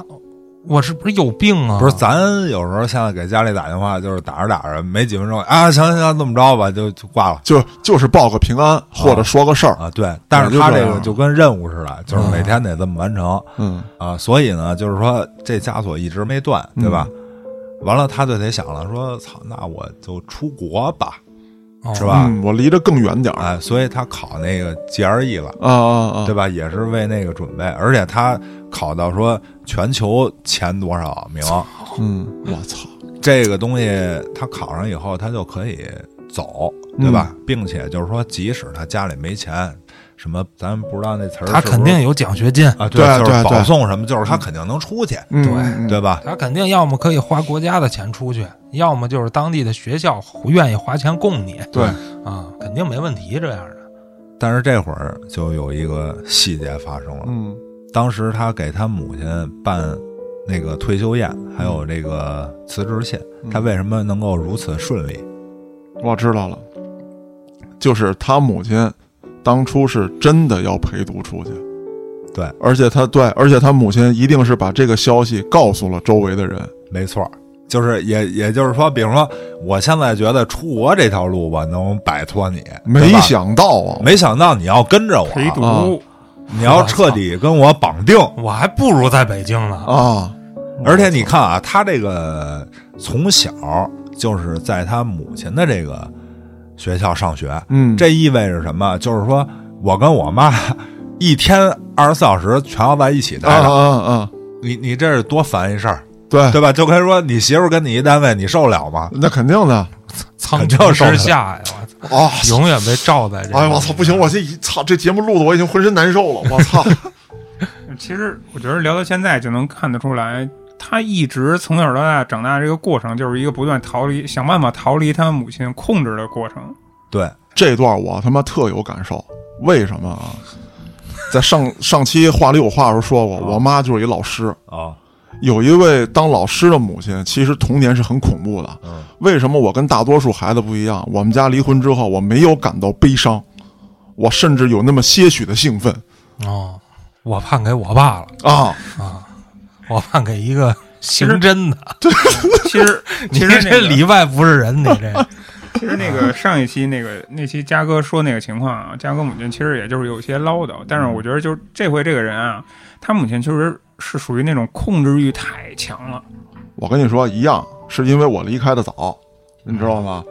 我是不是有病啊？不是，咱有时候现在给家里打电话，就是打着打着，没几分钟啊，行行行，这么着吧，就就挂了就就是报个平安或者说个事儿，啊。对，但是就他这这个样就跟任务似的，就是每天得这么完成嗯，啊。所以呢，就是说这枷锁一直没断，对吧？完了，他就得想了，说操，那我就出国吧，哦是吧？嗯，我离着更远点儿，哎，所以他考那个 GRE 了。啊啊啊，对吧？也是为那个准备，而且他考到说全球前多少名，嗯，我操，这个东西他考上以后，他就可以走，对吧？嗯并且就是说，即使他家里没钱，什么咱不知道那词儿是不是，他肯定有奖学金，啊，对就是对嗯保对送什么，就是他肯定能出去，嗯对对吧？他肯定要么可以花国家的钱出去，要么就是当地的学校愿意花钱供你对，啊，肯定没问题。这样的，但是这会儿就有一个细节发生了，嗯当时他给他母亲办那个退休宴，还有这个辞职信，嗯他为什么能够如此顺利？我知道了，就是他母亲当初是真的要陪读出去，对，而且他对，而且他母亲一定是把这个消息告诉了周围的人，没错儿，就是也也就是说，比如说，我现在觉得出国这条路吧，能摆脱你，没对吧，想到啊，没想到你要跟着我，陪读、啊哦你要彻底跟我绑定。我还不如在北京呢。啊，哦而且你看啊，他这个从小就是在他母亲的这个学校上学，嗯，这意味着什么？就是说我跟我妈一天二十四小时全要在一起待啊啊着，啊啊，你你这是多烦一事儿，对，对吧？就跟说你媳妇儿跟你一单位，你受得了吗？那肯定的，苍穹之下呀，我操，啊， 永远被罩在这。哎，我操，不行，我这一操，这节目录的我已经浑身难受了，我 操，其实我觉得聊到现在就能看得出来，他一直从小到大长大这个过程，就是一个不断逃离、想办法逃离他母亲控制的过程。对，这段我他妈特有感受，为什么啊？在上上期话里有话时候说过，我妈就是一老师，哦，有一位当老师的母亲，其实童年是很恐怖的。嗯为什么我跟大多数孩子不一样？我们家离婚之后，我没有感到悲伤，我甚至有那么些许的兴奋哦，我判给我爸了，啊！我判给一个刑侦的。其实，你其实、那这个、里外不是人，你这其实那个上一期那个 那期嘉哥说那个情况啊，嘉哥母亲其实也就是有些唠叨，但是嗯我觉得就是这回这个人啊，他母亲确实是属于那种控制欲太强了。我跟你说一样，是因为我离开的早，你知道吗？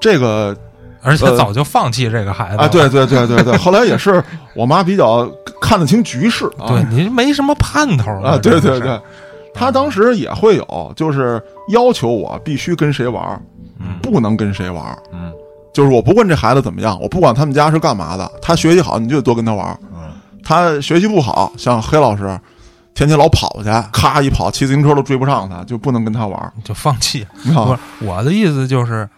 这个而且早就放弃这个孩子了啊，对对对对对，后来也是我妈比较看得清局势啊，对，你没什么盼头了啊，对真的对是对，他当时也会有，就是要求我必须跟谁玩儿，不能跟谁玩儿，嗯，就是我不问这孩子怎么样，我不管他们家是干嘛的，他学习好你就得多跟他玩儿，嗯，他学习不好，像黑老师。天天老跑去，咔一跑，骑自行车都追不上他，就不能跟他玩儿。就放弃。你知道不吗是我的意思就是，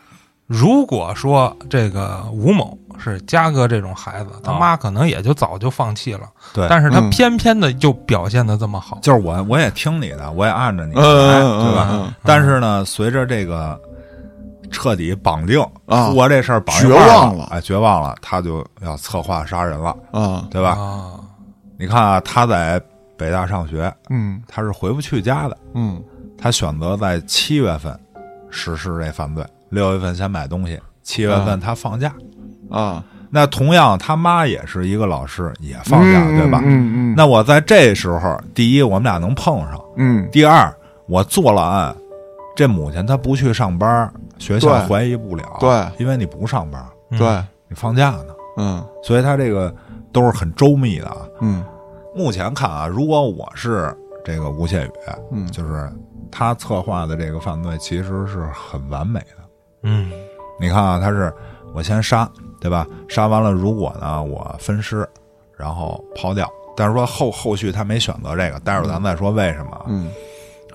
如果说这个吴某是嘉哥这种孩子，他妈可能也就早就放弃了，对但是他嗯偏偏的就表现的这么好，就是我我也听你的，我也按着你的嗯来，嗯嗯哎对吧？嗯嗯但是呢，随着这个彻底绑定啊出国这事儿绑一块儿绝望了哎，绝望了，他就要策划杀人了，啊，对吧？啊，你看啊，他在北大上学，嗯他是回不去家的，嗯他选择在七月份实施这犯罪，六月份先买东西，七月份他放假。啊，那同样，他妈也是一个老师，也放假，嗯对吧？嗯嗯，那我在这时候，第一，我们俩能碰上。嗯第二，我做了案，这母亲她不去上班，学校对怀疑不了，对，因为你不上班，嗯对，你放假呢，嗯所以她这个都是很周密的啊。嗯目前看啊，如果我是这个吴谢宇，嗯就是他策划的这个犯罪其实是很完美的。嗯你看啊，他是我先杀，对吧？杀完了，如果呢我分尸，然后抛掉，但是说后后续他没选择这个，待会儿咱们再说为什么啊。嗯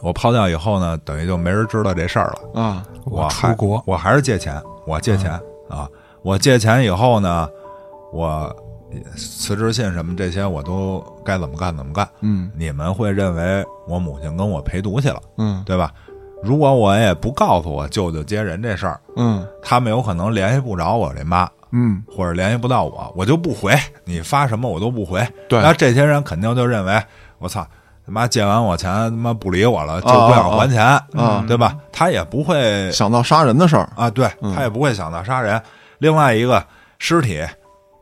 我抛掉以后呢，等于就没人知道这事儿了。啊，我还出国，嗯我还是借钱，我借钱、啊，我借钱以后呢，我辞职信什么这些我都该怎么干怎么干。嗯你们会认为我母亲跟我陪读去了，嗯对吧？如果我也不告诉我舅舅接人这事儿，嗯他们有可能联系不着我这妈，嗯，或者联系不到我，我就不回你发什么我都不回。对那这些人肯定就认为我操他妈借完我钱他妈不理我了，就不想还钱，嗯啊对吧？他也不会想到杀人的事儿，啊，对嗯他也不会想到杀人。另外一个尸体，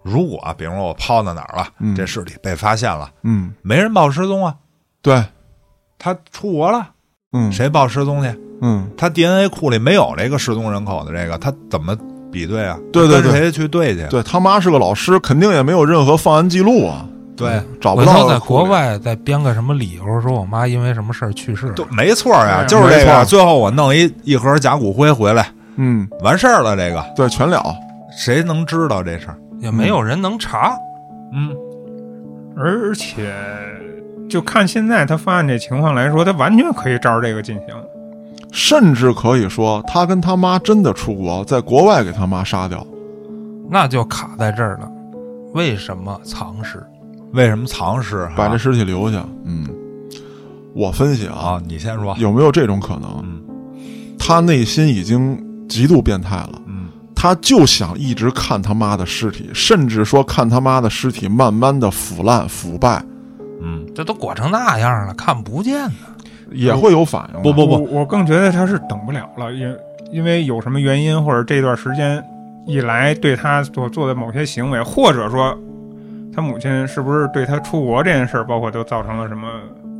如果、比如说我抛到哪儿了，嗯这尸体被发现了，嗯，没人报失踪啊，对，他出国了，嗯谁报失踪去？嗯他 DNA 库里没有这个失踪人口的这个，他怎么比对啊？对对对跟谁去对去？对他妈是个老师，肯定也没有任何犯案记录啊，对，找不回头到。在国，外再编个什么理由，说我妈因为什么事儿去世了，就没错呀、对就是这没个。错最后我弄一一盒假骨灰回来，嗯，完事儿了。这个对，全了。谁能知道这事儿？也没有人能查。嗯，而且就看现在他犯案这情况来说，他完全可以照着这个进行。甚至可以说，他跟他妈真的出国，在国外给他妈杀掉。那就卡在这儿了。为什么藏尸？为什么藏尸？把这尸体留下。嗯，我分析啊，啊，你先说。有没有这种可能？嗯他内心已经极度变态了，嗯，他就想一直看他妈的尸体，甚至说看他妈的尸体慢慢的腐烂、腐败，嗯，这都裹成那样了，看不见呢。也会有反应的。啊不不不，我我更觉得他是等不了了，因因为有什么原因或者这段时间以来对他所做的某些行为，或者说他母亲是不是对他出国这件事儿，包括都造成了什么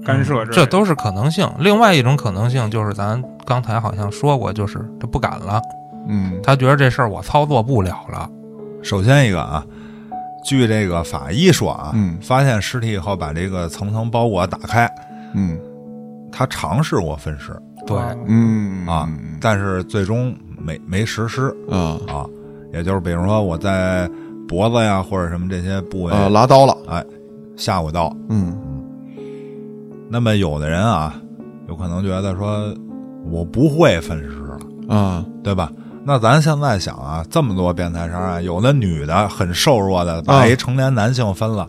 干涉之类的、嗯这都是可能性。另外一种可能性就是咱刚才好像说过，就是他不敢了，嗯他觉得这事儿我操作不了了。首先一个啊，据这个法医说啊，嗯发现尸体以后，把这个层层包裹打开，嗯他尝试过分尸对，哦嗯啊，但是最终没没实施啊啊。也就是比如说我在脖子呀或者什么这些部位呃，拉刀了。下过刀，嗯那么有的人啊，有可能觉得说我不会分尸了，啊对吧？那咱现在想啊，这么多变态杀人案，有的女的很瘦弱的把啊一成年男性分了，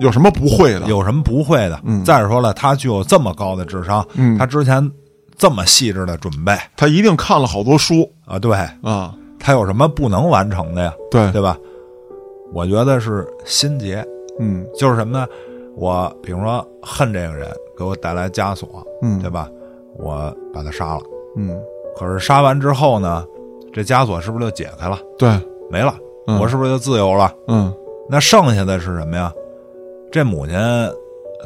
有什么不会的？有什么不会的？啊嗯再者说了，他具有这么高的智商，嗯，他他之前这么细致的准备他一定看了好多书啊，对啊。他有什么不能完成的呀？对，对吧？我觉得是心结，嗯就是什么呢？我比如说恨这个人给我带来枷锁，嗯，对？吧？我把他杀了，嗯，可是杀完之后呢，这枷锁是不是就解开了？对，没了，嗯我是不是就自由了？嗯那剩下的是什么呀？这母亲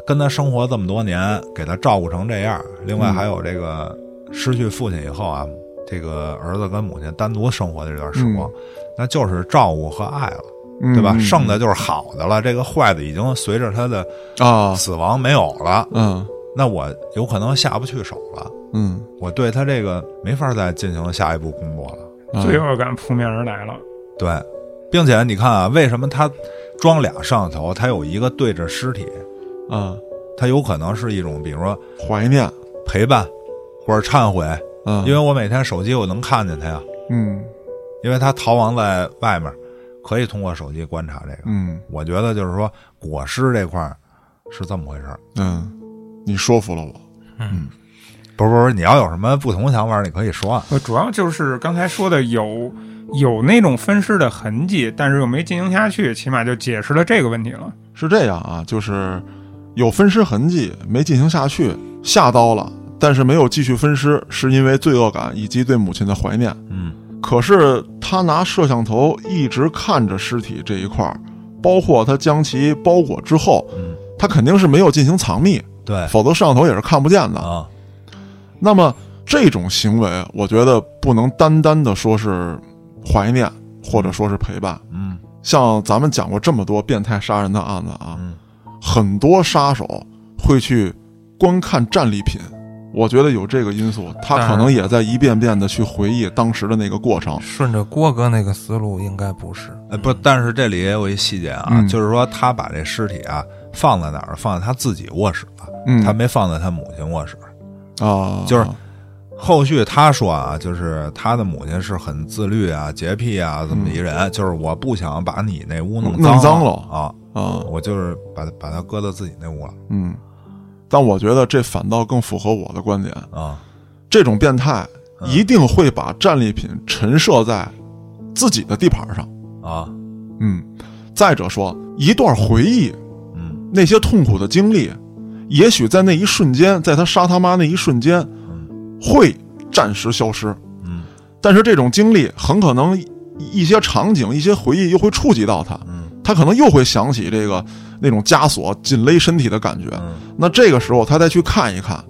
跟他生活这么多年，给他照顾成这样，另外嗯还有这个失去父亲以后啊，这个儿子跟母亲单独生活的这段时光，那就是照顾和爱了，嗯对吧？嗯剩的就是好的了，这个坏的已经随着他的啊，死亡没有了，嗯那我有可能下不去手了，嗯，我对他这个没法再进行下一步工作了。啊嗯罪恶感扑面而来了。对，并且你看啊，为什么他装俩摄像头，他有一个对着尸体，啊，他有可能是一种，比如说怀念陪伴或者忏悔，啊，因为我每天手机我能看见他呀，嗯因为他逃亡在外面，可以通过手机观察这个。嗯我觉得就是说裹尸这块儿是这么回事儿，嗯，你说服了我。嗯，不是不是，你要有什么不同想法，你可以说啊。呃，主要就是刚才说的有有那种分尸的痕迹，但是又没进行下去，起码就解释了这个问题了。是这样啊，就是有分尸痕迹，没进行下去，下刀了，但是没有继续分尸，是因为罪恶感以及对母亲的怀念。嗯可是他拿摄像头一直看着尸体这一块儿，包括他将其包裹之后，嗯，他肯定是没有进行藏匿，对否则摄像头也是看不见的。啊，那么这种行为，我觉得不能单单的说是怀念，或者说是陪伴。嗯像咱们讲过这么多变态杀人的案子啊，嗯很多杀手会去光看战利品，我觉得有这个因素，他可能也在一遍遍的去回忆当时的那个过程。顺着郭哥那个思路，应该不是。呃，不，但是这里也有一细节啊，嗯就是说他把这尸体啊放在哪儿？放在他自己卧室了，嗯，他没放在他母亲卧室。啊，就是后续他说啊，就是他的母亲是很自律啊、洁癖啊这么一人，就是我不想把你那屋弄嗯弄脏了了啊，啊，我就是把它把它搁到自己那屋了嗯，但我觉得这反倒更符合我的观点。啊。这种变态一定会把战利品陈设在自己的地盘上。啊，嗯，再者说，一段回忆，嗯那些痛苦的经历，也许在那一瞬间，在他杀他妈那一瞬间，会暂时消失。嗯但是这种经历很可能一些场景、一些回忆又会触及到他，嗯他可能又会想起这个那种枷锁紧勒身体的感觉。嗯，那这个时候他再去看一看，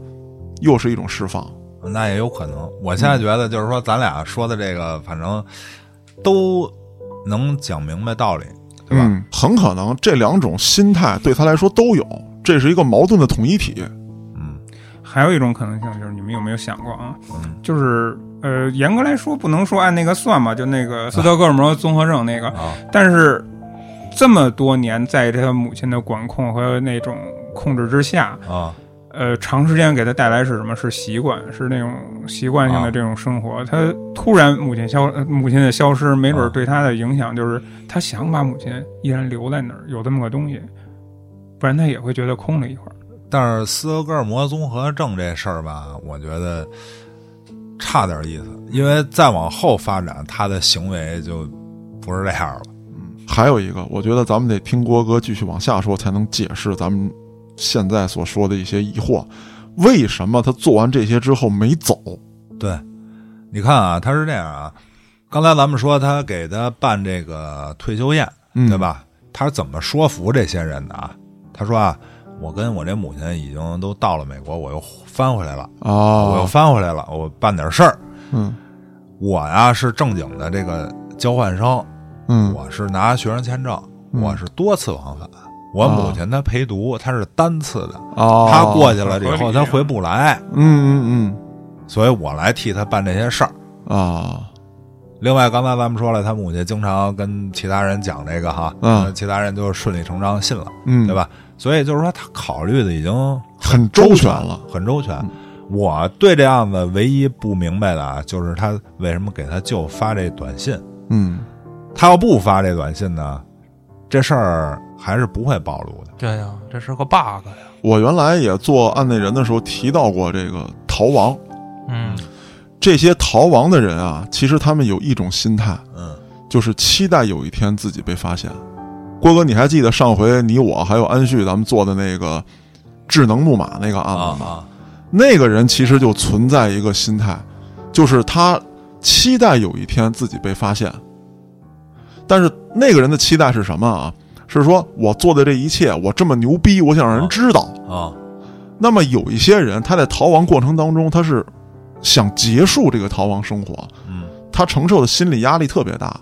又是一种释放。那也有可能。我现在觉得就是说，咱俩说的这个，反正都能讲明白道理，对吧？嗯，很可能这两种心态对他来说都有，这是一个矛盾的统一体。嗯还有一种可能性就是，你们有没有想过啊？嗯就是呃，严格来说不能说按那个算吧，就那个斯德哥尔摩综合症那个，啊，但是这么多年在这个母亲的管控和那种控制之下，啊，呃，长时间给他带来是什么？是习惯，是那种习惯性啊的这种生活。他突然母亲消，呃母亲的消失，没准啊儿对他的影响就是他想把母亲依然留在那儿，有这么个东西，不然他也会觉得空了一会儿。但是斯德哥尔摩综合症这事儿吧，我觉得差点意思，因为再往后发展，他的行为就不是这样了。还有一个，我觉得咱们得听郭哥继续往下说，才能解释咱们现在所说的一些疑惑。为什么他做完这些之后没走？对，你看啊，他是这样啊，刚才咱们说他给他办这个退休宴，嗯对吧？他是怎么说服这些人的啊？他说啊，我跟我这母亲已经都到了美国，我又翻回来了，我又啊，翻回来了，我办点事儿。嗯我呀是正经的这个交换生，嗯，我是拿学生签证，嗯我是多次往返。我母亲她陪读，她是单次的，啊，她过去了以哦合后理啊她回不来，嗯，嗯所以我来替她办这些事儿。嗯啊，另外，刚才咱们说了，她母亲经常跟其他人讲这个哈，嗯呃其他人就顺理成章信了，嗯，对？吧？所以就是说，她考虑的已经很周周全了，，嗯很周全。我对这案子唯一不明白的啊，就是她为什么给她舅发这短信。嗯她要不发这短信呢，这事儿还是不会暴露的。对呀、这是个 bug 呀。我原来也做案内人的时候提到过这个逃亡。嗯，这些逃亡的人啊，其实他们有一种心态，嗯就是期待有一天自己被发现。郭哥，你还记得上回你我还有安旭咱们做的那个智能木马那个案子吗？啊那个人其实就存在一个心态，就是他期待有一天自己被发现。但是那个人的期待是什么啊？是说我做的这一切，我这么牛逼，我想让人知道。啊那么有一些人，他在逃亡过程当中，他是想结束这个逃亡生活，嗯他承受的心理压力特别大。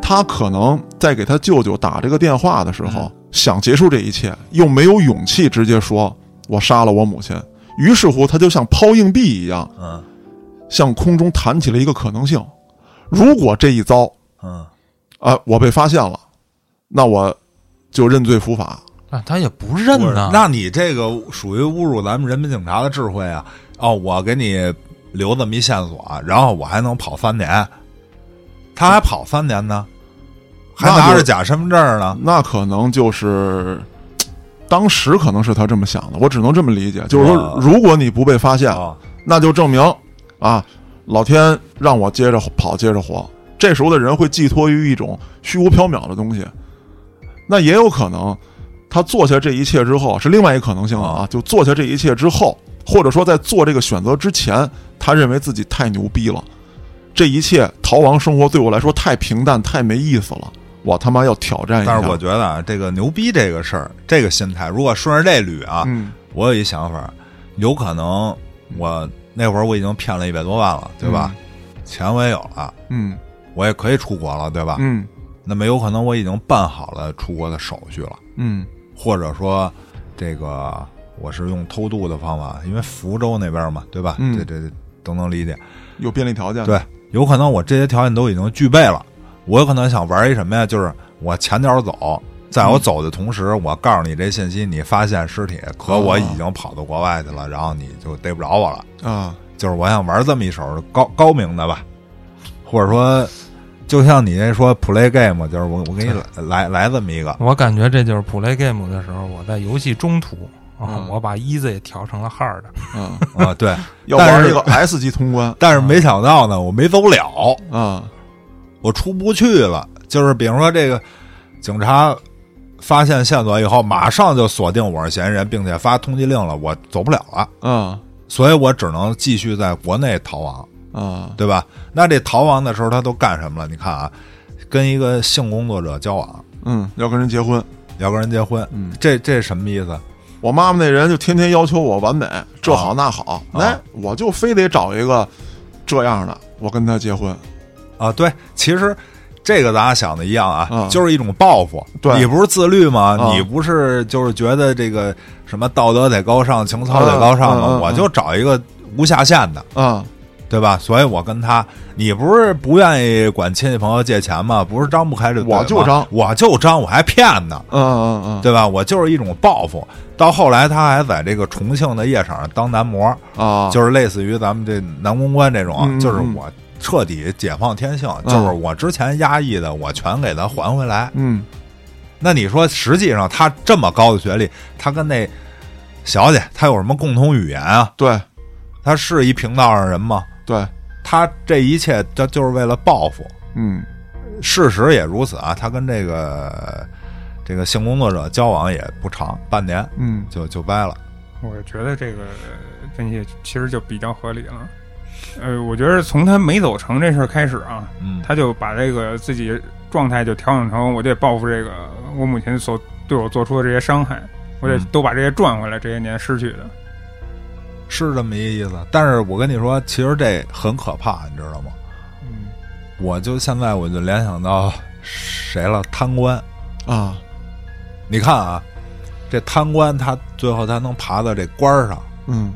他可能在给他舅舅打这个电话的时候，想结束这一切，又没有勇气直接说“我杀了我母亲”，于是乎他就像抛硬币一样，嗯向空中弹起了一个可能性：如果这一遭嗯啊、我被发现了，那我就认罪伏法。但他也不认不是呐。那你这个属于侮辱咱们人民警察的智慧啊！哦，我给你留这么一线索，然后我还能跑三年，他还跑三年呢，还那拿就着假身份证呢。那可能就是当时可能是他这么想的，我只能这么理解，就是说，啊如果你不被发现，啊那就证明啊，老天让我接着跑，接着活。这时候的人会寄托于一种虚无缥缈的东西，那也有可能，他做下这一切之后是另外一个可能性了啊，就做下这一切之后，或者说在做这个选择之前，他认为自己太牛逼了，这一切逃亡生活对我来说太平淡，太没意思了，我他妈要挑战一下。但是我觉得啊，这个牛逼这个事儿，这个心态，如果顺着这捋啊，嗯我有一想法，有可能我那会儿我已经骗了一百多万了，对吧？钱我也有了，嗯我也可以出国了，对吧？嗯那么有可能我已经办好了出国的手续了，嗯或者说这个我是用偷渡的方法，因为福州那边嘛，对吧？嗯这这这都能理解。有便利条件，对，有可能我这些条件都已经具备了，我有可能想玩一什么呀？就是我前脚走，在我走的同时，我告诉你这信息，你发现尸体，可我已经跑到国外去了，然后你就逮不着我了。啊，就是我想玩这么一手高高明的吧，或者说，就像你那说 play game，就是我我给你来来来这么一个，我感觉这就是 play game 的时候，我在游戏中途啊嗯，我把 easy 调成了 hard， 啊，啊，对，要但玩是一个 S 级通关但是没想到呢，我没走了，啊，我出不去了。就是比如说这个警察发现线索以后，马上就锁定我是嫌疑人，并且发通缉令了，我走不了了，啊所以我只能继续在国内逃亡，啊，对吧？那这逃亡的时候他都干什么了？你看啊，跟一个性工作者交往，嗯，要跟人结婚，要跟人结婚，嗯这这什么意思？我妈妈那人就天天要求我完美，这好那好，啊哎，我就非得找一个这样的，我跟他结婚，啊，对，其实这个咱俩想的一样啊，嗯就是一种报复。对你不是自律吗？嗯你不是就是觉得这个什么道德得高尚，情操得高尚吗？嗯嗯嗯我就找一个无下限的，啊对吧？所以我跟他，你不是不愿意管亲戚朋友借钱吗？不是张不开这嘴吗我就张我就张，我还骗呢。嗯嗯嗯，对吧？我就是一种报复。到后来，他还在这个重庆的夜场上当男模，啊，就是类似于咱们这南公关这种啊，嗯嗯就是我彻底解放天性，就是我之前压抑的，我全给它还回来。嗯那你说，实际上他这么高的学历，他跟那小姐他有什么共同语言啊？对他是一频道上人吗？对，他这一切，他就是为了报复。嗯事实也如此啊，他跟这个这个性工作者交往也不长，半年嗯就就掰了。我觉得这个分析其实就比较合理了。呃，我觉得从他没走成这事儿开始啊，嗯，他就把这个自己状态就调整成，我得报复这个我母亲所对我做出的这些伤害，我得嗯都把这些赚回来，这些年失去的。是这么一意思。但是我跟你说，其实这很可怕，你知道吗？嗯，我就现在我就联想到谁了？贪官。啊，你看啊，这贪官他最后他能爬到这官儿上，嗯，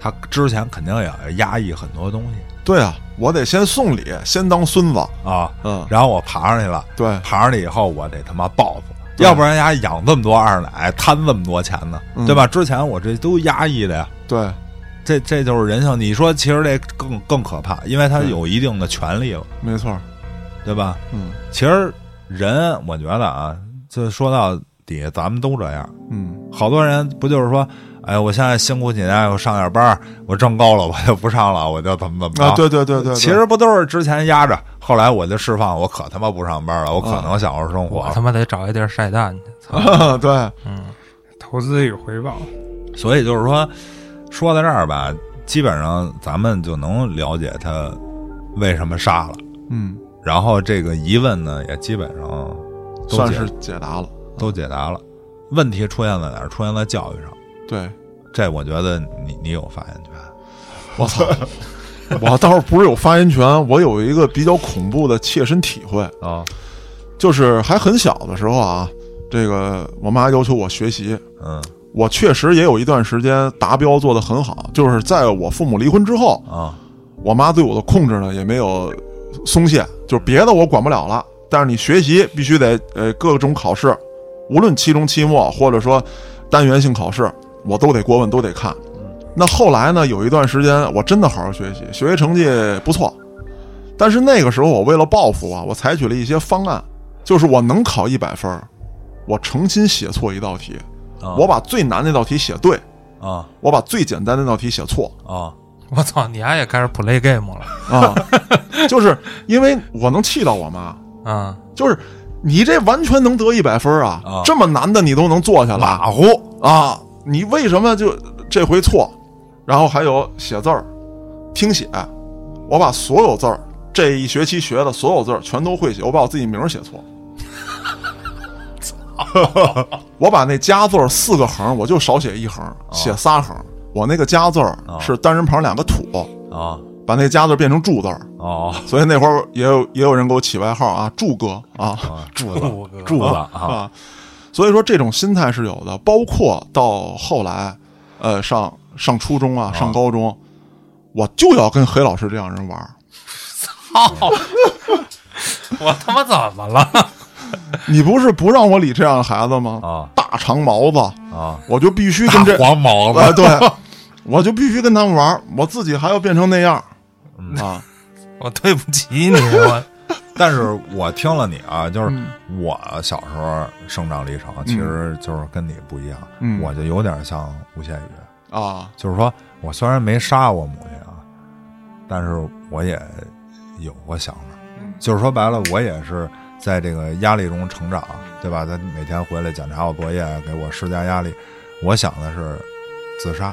他之前肯定也压抑很多东西对啊，我得先送礼，先当孙子，啊。嗯，然后我爬上去了，对，爬上去以后我得他妈报复，对要不然家养这么多二奶，贪这么多钱呢，嗯对吧？之前我这都压抑的呀。对，这这就是人性。你说，其实这更更可怕，因为他嗯有一定的权利了，没错儿，对吧？嗯其实人，我觉得啊，就说到底，咱们都这样。嗯好多人不就是说，哎，我现在辛苦几年，我上点班儿，我挣够了，我就不上了，我就怎么怎么着。啊，对对对对，对其实不都是之前压着，后来我就释放，我可他妈不上班了，我可啊能享受生活我了。他妈得找一地儿晒蛋去。操 对，嗯，投资与回报，所以就是说，说到这儿吧，基本上咱们就能了解他为什么杀了，嗯，然后这个疑问呢，也基本上都算解是解答了，都解答了。问题出现在哪儿？出现在教育上。对，这我觉得你你有发言权。我操！ 我倒是不是有发言权，我有一个比较恐怖的切身体会，啊，就是还很小的时候啊，这个我妈要求我学习，嗯我确实也有一段时间达标做得很好，就是在我父母离婚之后，啊，我妈对我的控制呢也没有松懈，就是别的我管不了了，但是你学习必须得呃各种考试，无论期中、期末或者说单元性考试，我都得过问，都得看。那后来呢，有一段时间我真的好好学习，学习成绩不错，但是那个时候我为了报复啊，我采取了一些方案，就是我能考一百分儿，我诚心写错一道题，啊我把最难那道题写对，啊我把最简单那道题写错。啊我操，你丫也开始 play game 了啊， 就是因为我能气到我妈，啊？就是你这完全能得一百分啊，啊这么难的你都能做下来，马虎啊，你为什么就这回错？然后还有写字儿、听写，我把所有字儿这一学期学的所有字儿全都会写，我把我自己名儿写 错。我把那加字儿四个横，我就少写一横，写仨横。我那个加字儿是单人旁两个土，啊把那加字儿变成柱字儿，哦， 所以那会儿也有也有人给我起外号啊，柱哥啊，柱柱子 柱子啊啊。所以说这种心态是有的，包括到后来，呃，上上初中啊，上高中，我就要跟黑老师这样人玩儿。操！我他妈怎么了？你不是不让我理这样的孩子吗？啊大长毛子，啊，我就必须跟这黄毛啊，子，对，我就必须跟他们玩儿，我自己还要变成那样嗯儿啊。我对不起你，我但是我听了你啊，就是我小时候生长历程，其实就是跟你不一样，嗯我就有点像吴谢宇，啊，就是说我虽然没杀我母亲啊，但是我也有过想法，就是说白了，我也是在这个压力中成长，对吧？他每天回来检查我作业，给我施加压力，我想的是自杀，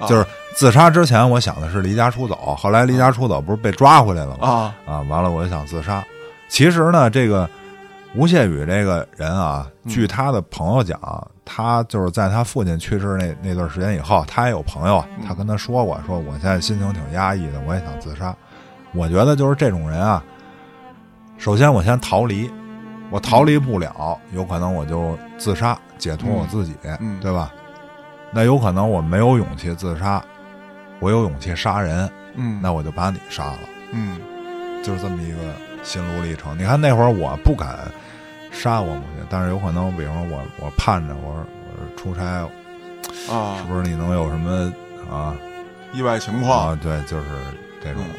啊就是自杀之前我想的是离家出走，后来离家出走不是被抓回来了吗？啊，啊，完了我就想自杀。其实呢，这个吴谢宇这个人啊，嗯据他的朋友讲，他就是在他父亲去世那那段时间以后，他也有朋友，嗯他跟他说过，说我现在心情挺压抑的，我也想自杀。我觉得就是这种人啊，首先我先逃离，我逃离不了，有可能我就自杀，解脱我自己，嗯对吧？那有可能我没有勇气自杀，我有勇气杀人，嗯，那我就把你杀了。嗯就是这么一个心路历程。你看那会儿我不敢杀我母亲，但是有可能，比方说我我盼着我说我说出差，是啊，不是你能有什么啊意外情况，啊？对，就是这种嗯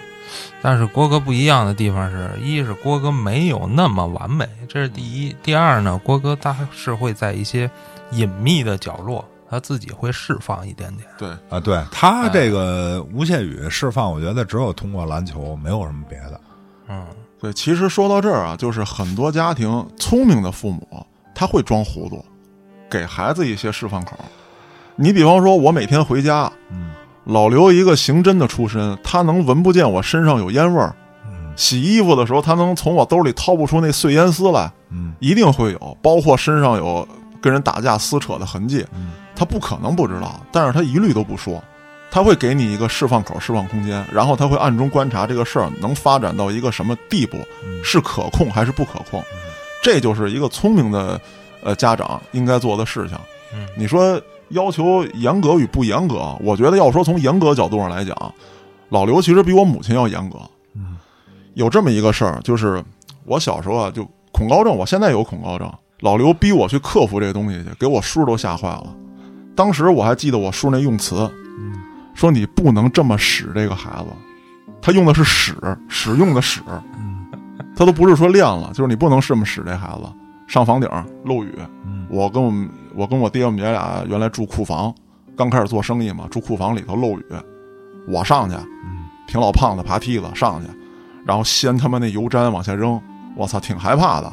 但是郭哥不一样的地方是，一是郭哥没有那么完美，这是第一；第二呢，郭哥他是会在一些隐秘的角落，他自己会释放一点点。对，啊，对他这个吴谢宇释放，我觉得只有通过篮球，没有什么别的。嗯，对，其实说到这儿啊，就是很多家庭聪明的父母，他会装糊涂，给孩子一些释放口儿。你比方说，我每天回家，嗯老刘一个刑侦的出身，他能闻不见我身上有烟味儿。嗯洗衣服的时候，他能从我兜里掏不出那碎烟丝来，嗯一定会有，包括身上有跟人打架撕扯的痕迹嗯，他不可能不知道，但是他一律都不说，他会给你一个释放口、释放空间，然后他会暗中观察这个事儿能发展到一个什么地步，嗯是可控还是不可控，这就是一个聪明的呃家长应该做的事情嗯。你说要求严格与不严格，我觉得要说从严格角度上来讲，老刘其实比我母亲要严格。嗯有这么一个事儿，就是我小时候啊，就恐高症，我现在有恐高症。老刘逼我去克服这个东西去，给我叔都吓坏了。当时我还记得我叔那用词，说你不能这么使这个孩子，他用的是使，使用的使，他都不是说练了，就是你不能这么使这孩子。上房顶漏雨，嗯我跟我们我跟我爹我们爷俩原来住库房，刚开始做生意嘛，住库房里头漏雨，我上去，嗯凭老胖子爬梯子上去，然后掀他妈那油毡往下扔，我操，挺害怕的。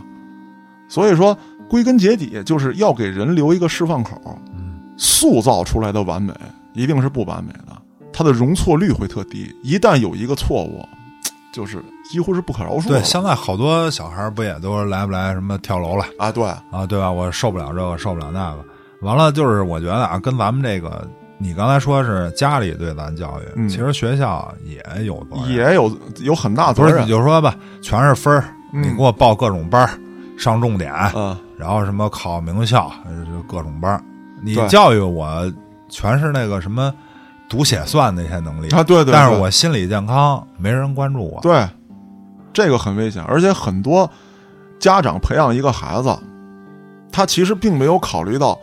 所以说，归根结底就是要给人留一个释放口，嗯塑造出来的完美一定是不完美的，它的容错率会特低。一旦有一个错误，就是几乎是不可饶恕对，的。现在好多小孩儿不也都来不来什么跳楼了？啊，对，啊，对吧？我受不了这个，受不了那个。完了，就是我觉得啊，跟咱们这个，你刚才说是家里对咱教育，嗯其实学校也有责任也有有很大责不是任你。就说吧，全是分儿，你嗯给我报各种班儿，上重点，嗯，然后什么考名校，呃就各种班儿。你对教育我，全是那个什么读写算那些能力啊，对对对，但是我心理健康没人关注我。对，这个很危险，而且很多家长培养一个孩子，他其实并没有考虑到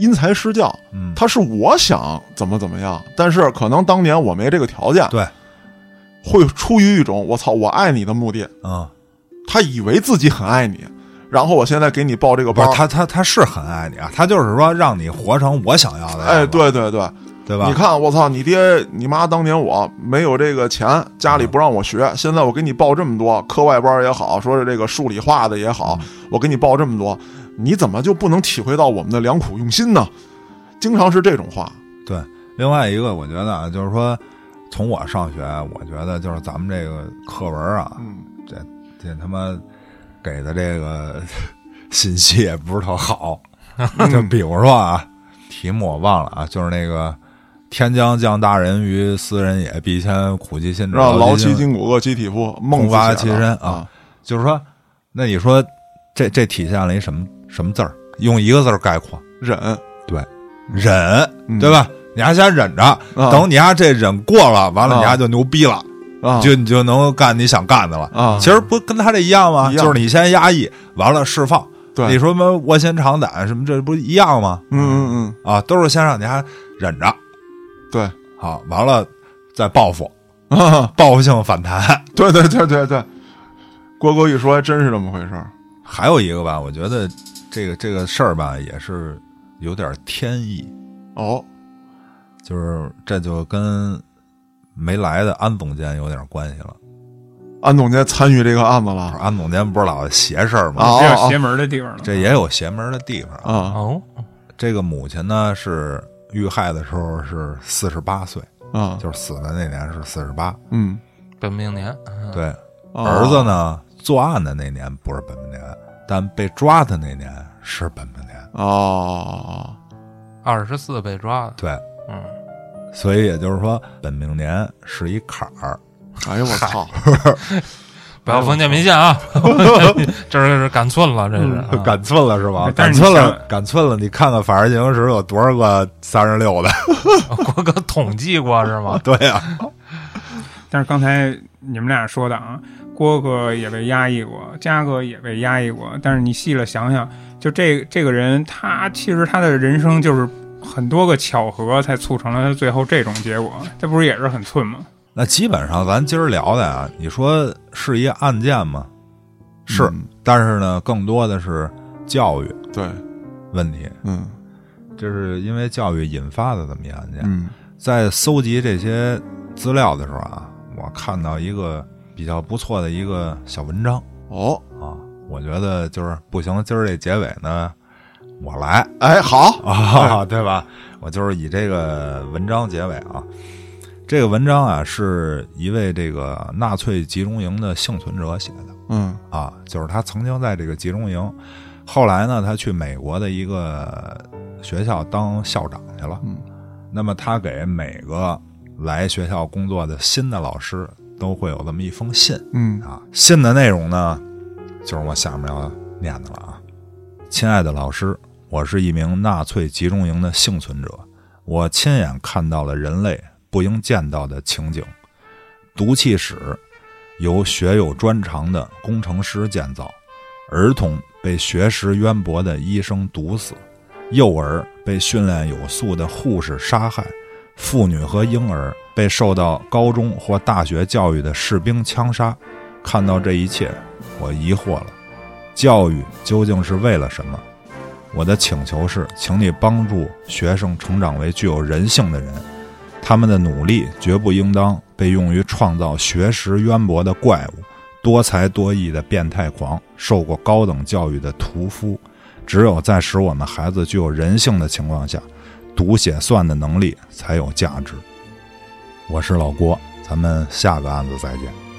因材施教，嗯，他是我想怎么怎么样，但是可能当年我没这个条件，对，会出于一种我操我爱你的目的，嗯，他以为自己很爱你，然后我现在给你报这个不班是儿，他，他他是很爱你啊，他就是说让你活成我想要的样子，哎，对对对，对吧？你看，我操，你爹你妈当年我没有这个钱，家里不让我嗯学，现在我给你报这么多课外班也好，说是这个数理化的也好，嗯我给你报这么多，你怎么就不能体会到我们的良苦用心呢？经常是这种话，对，另外一个我觉得啊，就是说，从我上学，我觉得就是咱们这个课文啊，嗯这这他妈给的这个 信息也不是特好。嗯就比如说啊，题目我忘了啊，就是那个“天将降大任于斯人也，必先苦其心志，让劳其其筋”。筋骨，饿其体肤，孟空乏子其写的身啊啊，就是说，那你说这这体现了一什么什么字儿？用一个字儿概括，忍，对，忍，嗯对吧？你还先忍着，啊等你丫这忍过了，完了啊你丫就牛逼了，啊，就你就能干你想干的了。啊其实不跟他这一样吗？一样就是你先压抑，完了释放。对你说什么窝心长胆什么，这不一样吗？嗯嗯啊，都是先让你丫忍着，嗯，对好，完了再报复，啊，报复性反弹。 对 对对对对，郭哥一说还真是这么回事儿。还有一个吧，我觉得这个这个事儿吧，也是有点天意，哦，就是这就跟没来的安总监有点关系了。安总监参与这个案子了安总监不是老邪事儿吗？啊这哦有哦邪门的地方了。这也有邪门的地方啊。啊哦，这个母亲呢是遇害的时候是四十八岁，啊，就是死的那年是四十八。嗯，本命年，嗯对，哦啊儿子呢作案的那年不是本命年，但被抓的那年是本命年。哦，二十四被抓的，对，嗯，所以也就是说，本命年是一坎儿。哎呦我操，不要封建迷信啊， 这是赶寸了，这是啊赶寸了是吧？赶哎但是你寸了想，赶寸了！你看看《法制进行时》有多少个三十六的？ 郭哥统计过是吗？对啊呀、但是刚才你们俩说的啊，郭哥也被压抑过，嘉哥也被压抑过。但是你细了想想，就这这个人，他其实他的人生就是很多个巧合才促成了他最后这种结果。这不是也是很寸吗？那基本上咱今儿聊的啊，你说是一案件吗？是，嗯但是呢，更多的是教育对，问题，嗯这是因为教育引发的这么一案件。嗯在搜集这些资料的时候啊，我看到一个比较不错的一个小文章哦，啊，我觉得就是不行，今儿这结尾呢，我来 哎好，啊，对吧？我就是以这个文章结尾啊。这个文章啊，是一位这个纳粹集中营的幸存者写的嗯啊，就是他曾经在这个集中营，后来呢，他去美国的一个学校当校长去了。嗯那么他给每个来学校工作的新的老师都会有这么一封信嗯啊，信的内容呢，就是我下面要念的了啊。亲爱的老师，我是一名纳粹集中营的幸存者，我亲眼看到了人类不应见到的情景。毒气室由学有专长的工程师建造，儿童被学识渊博的医生毒死，幼儿被训练有素的护士杀害，妇女和婴儿被受到高中或大学教育的士兵枪杀。看到这一切，我疑惑了：教育究竟是为了什么？我的请求是，请你帮助学生成长为具有人性的人，他们的努力绝不应当被用于创造学识渊博的怪物、多才多艺的变态狂、受过高等教育的屠夫。只有在使我们孩子具有人性的情况下，读写算的能力才有价值。我是老郭，咱们下个案子再见。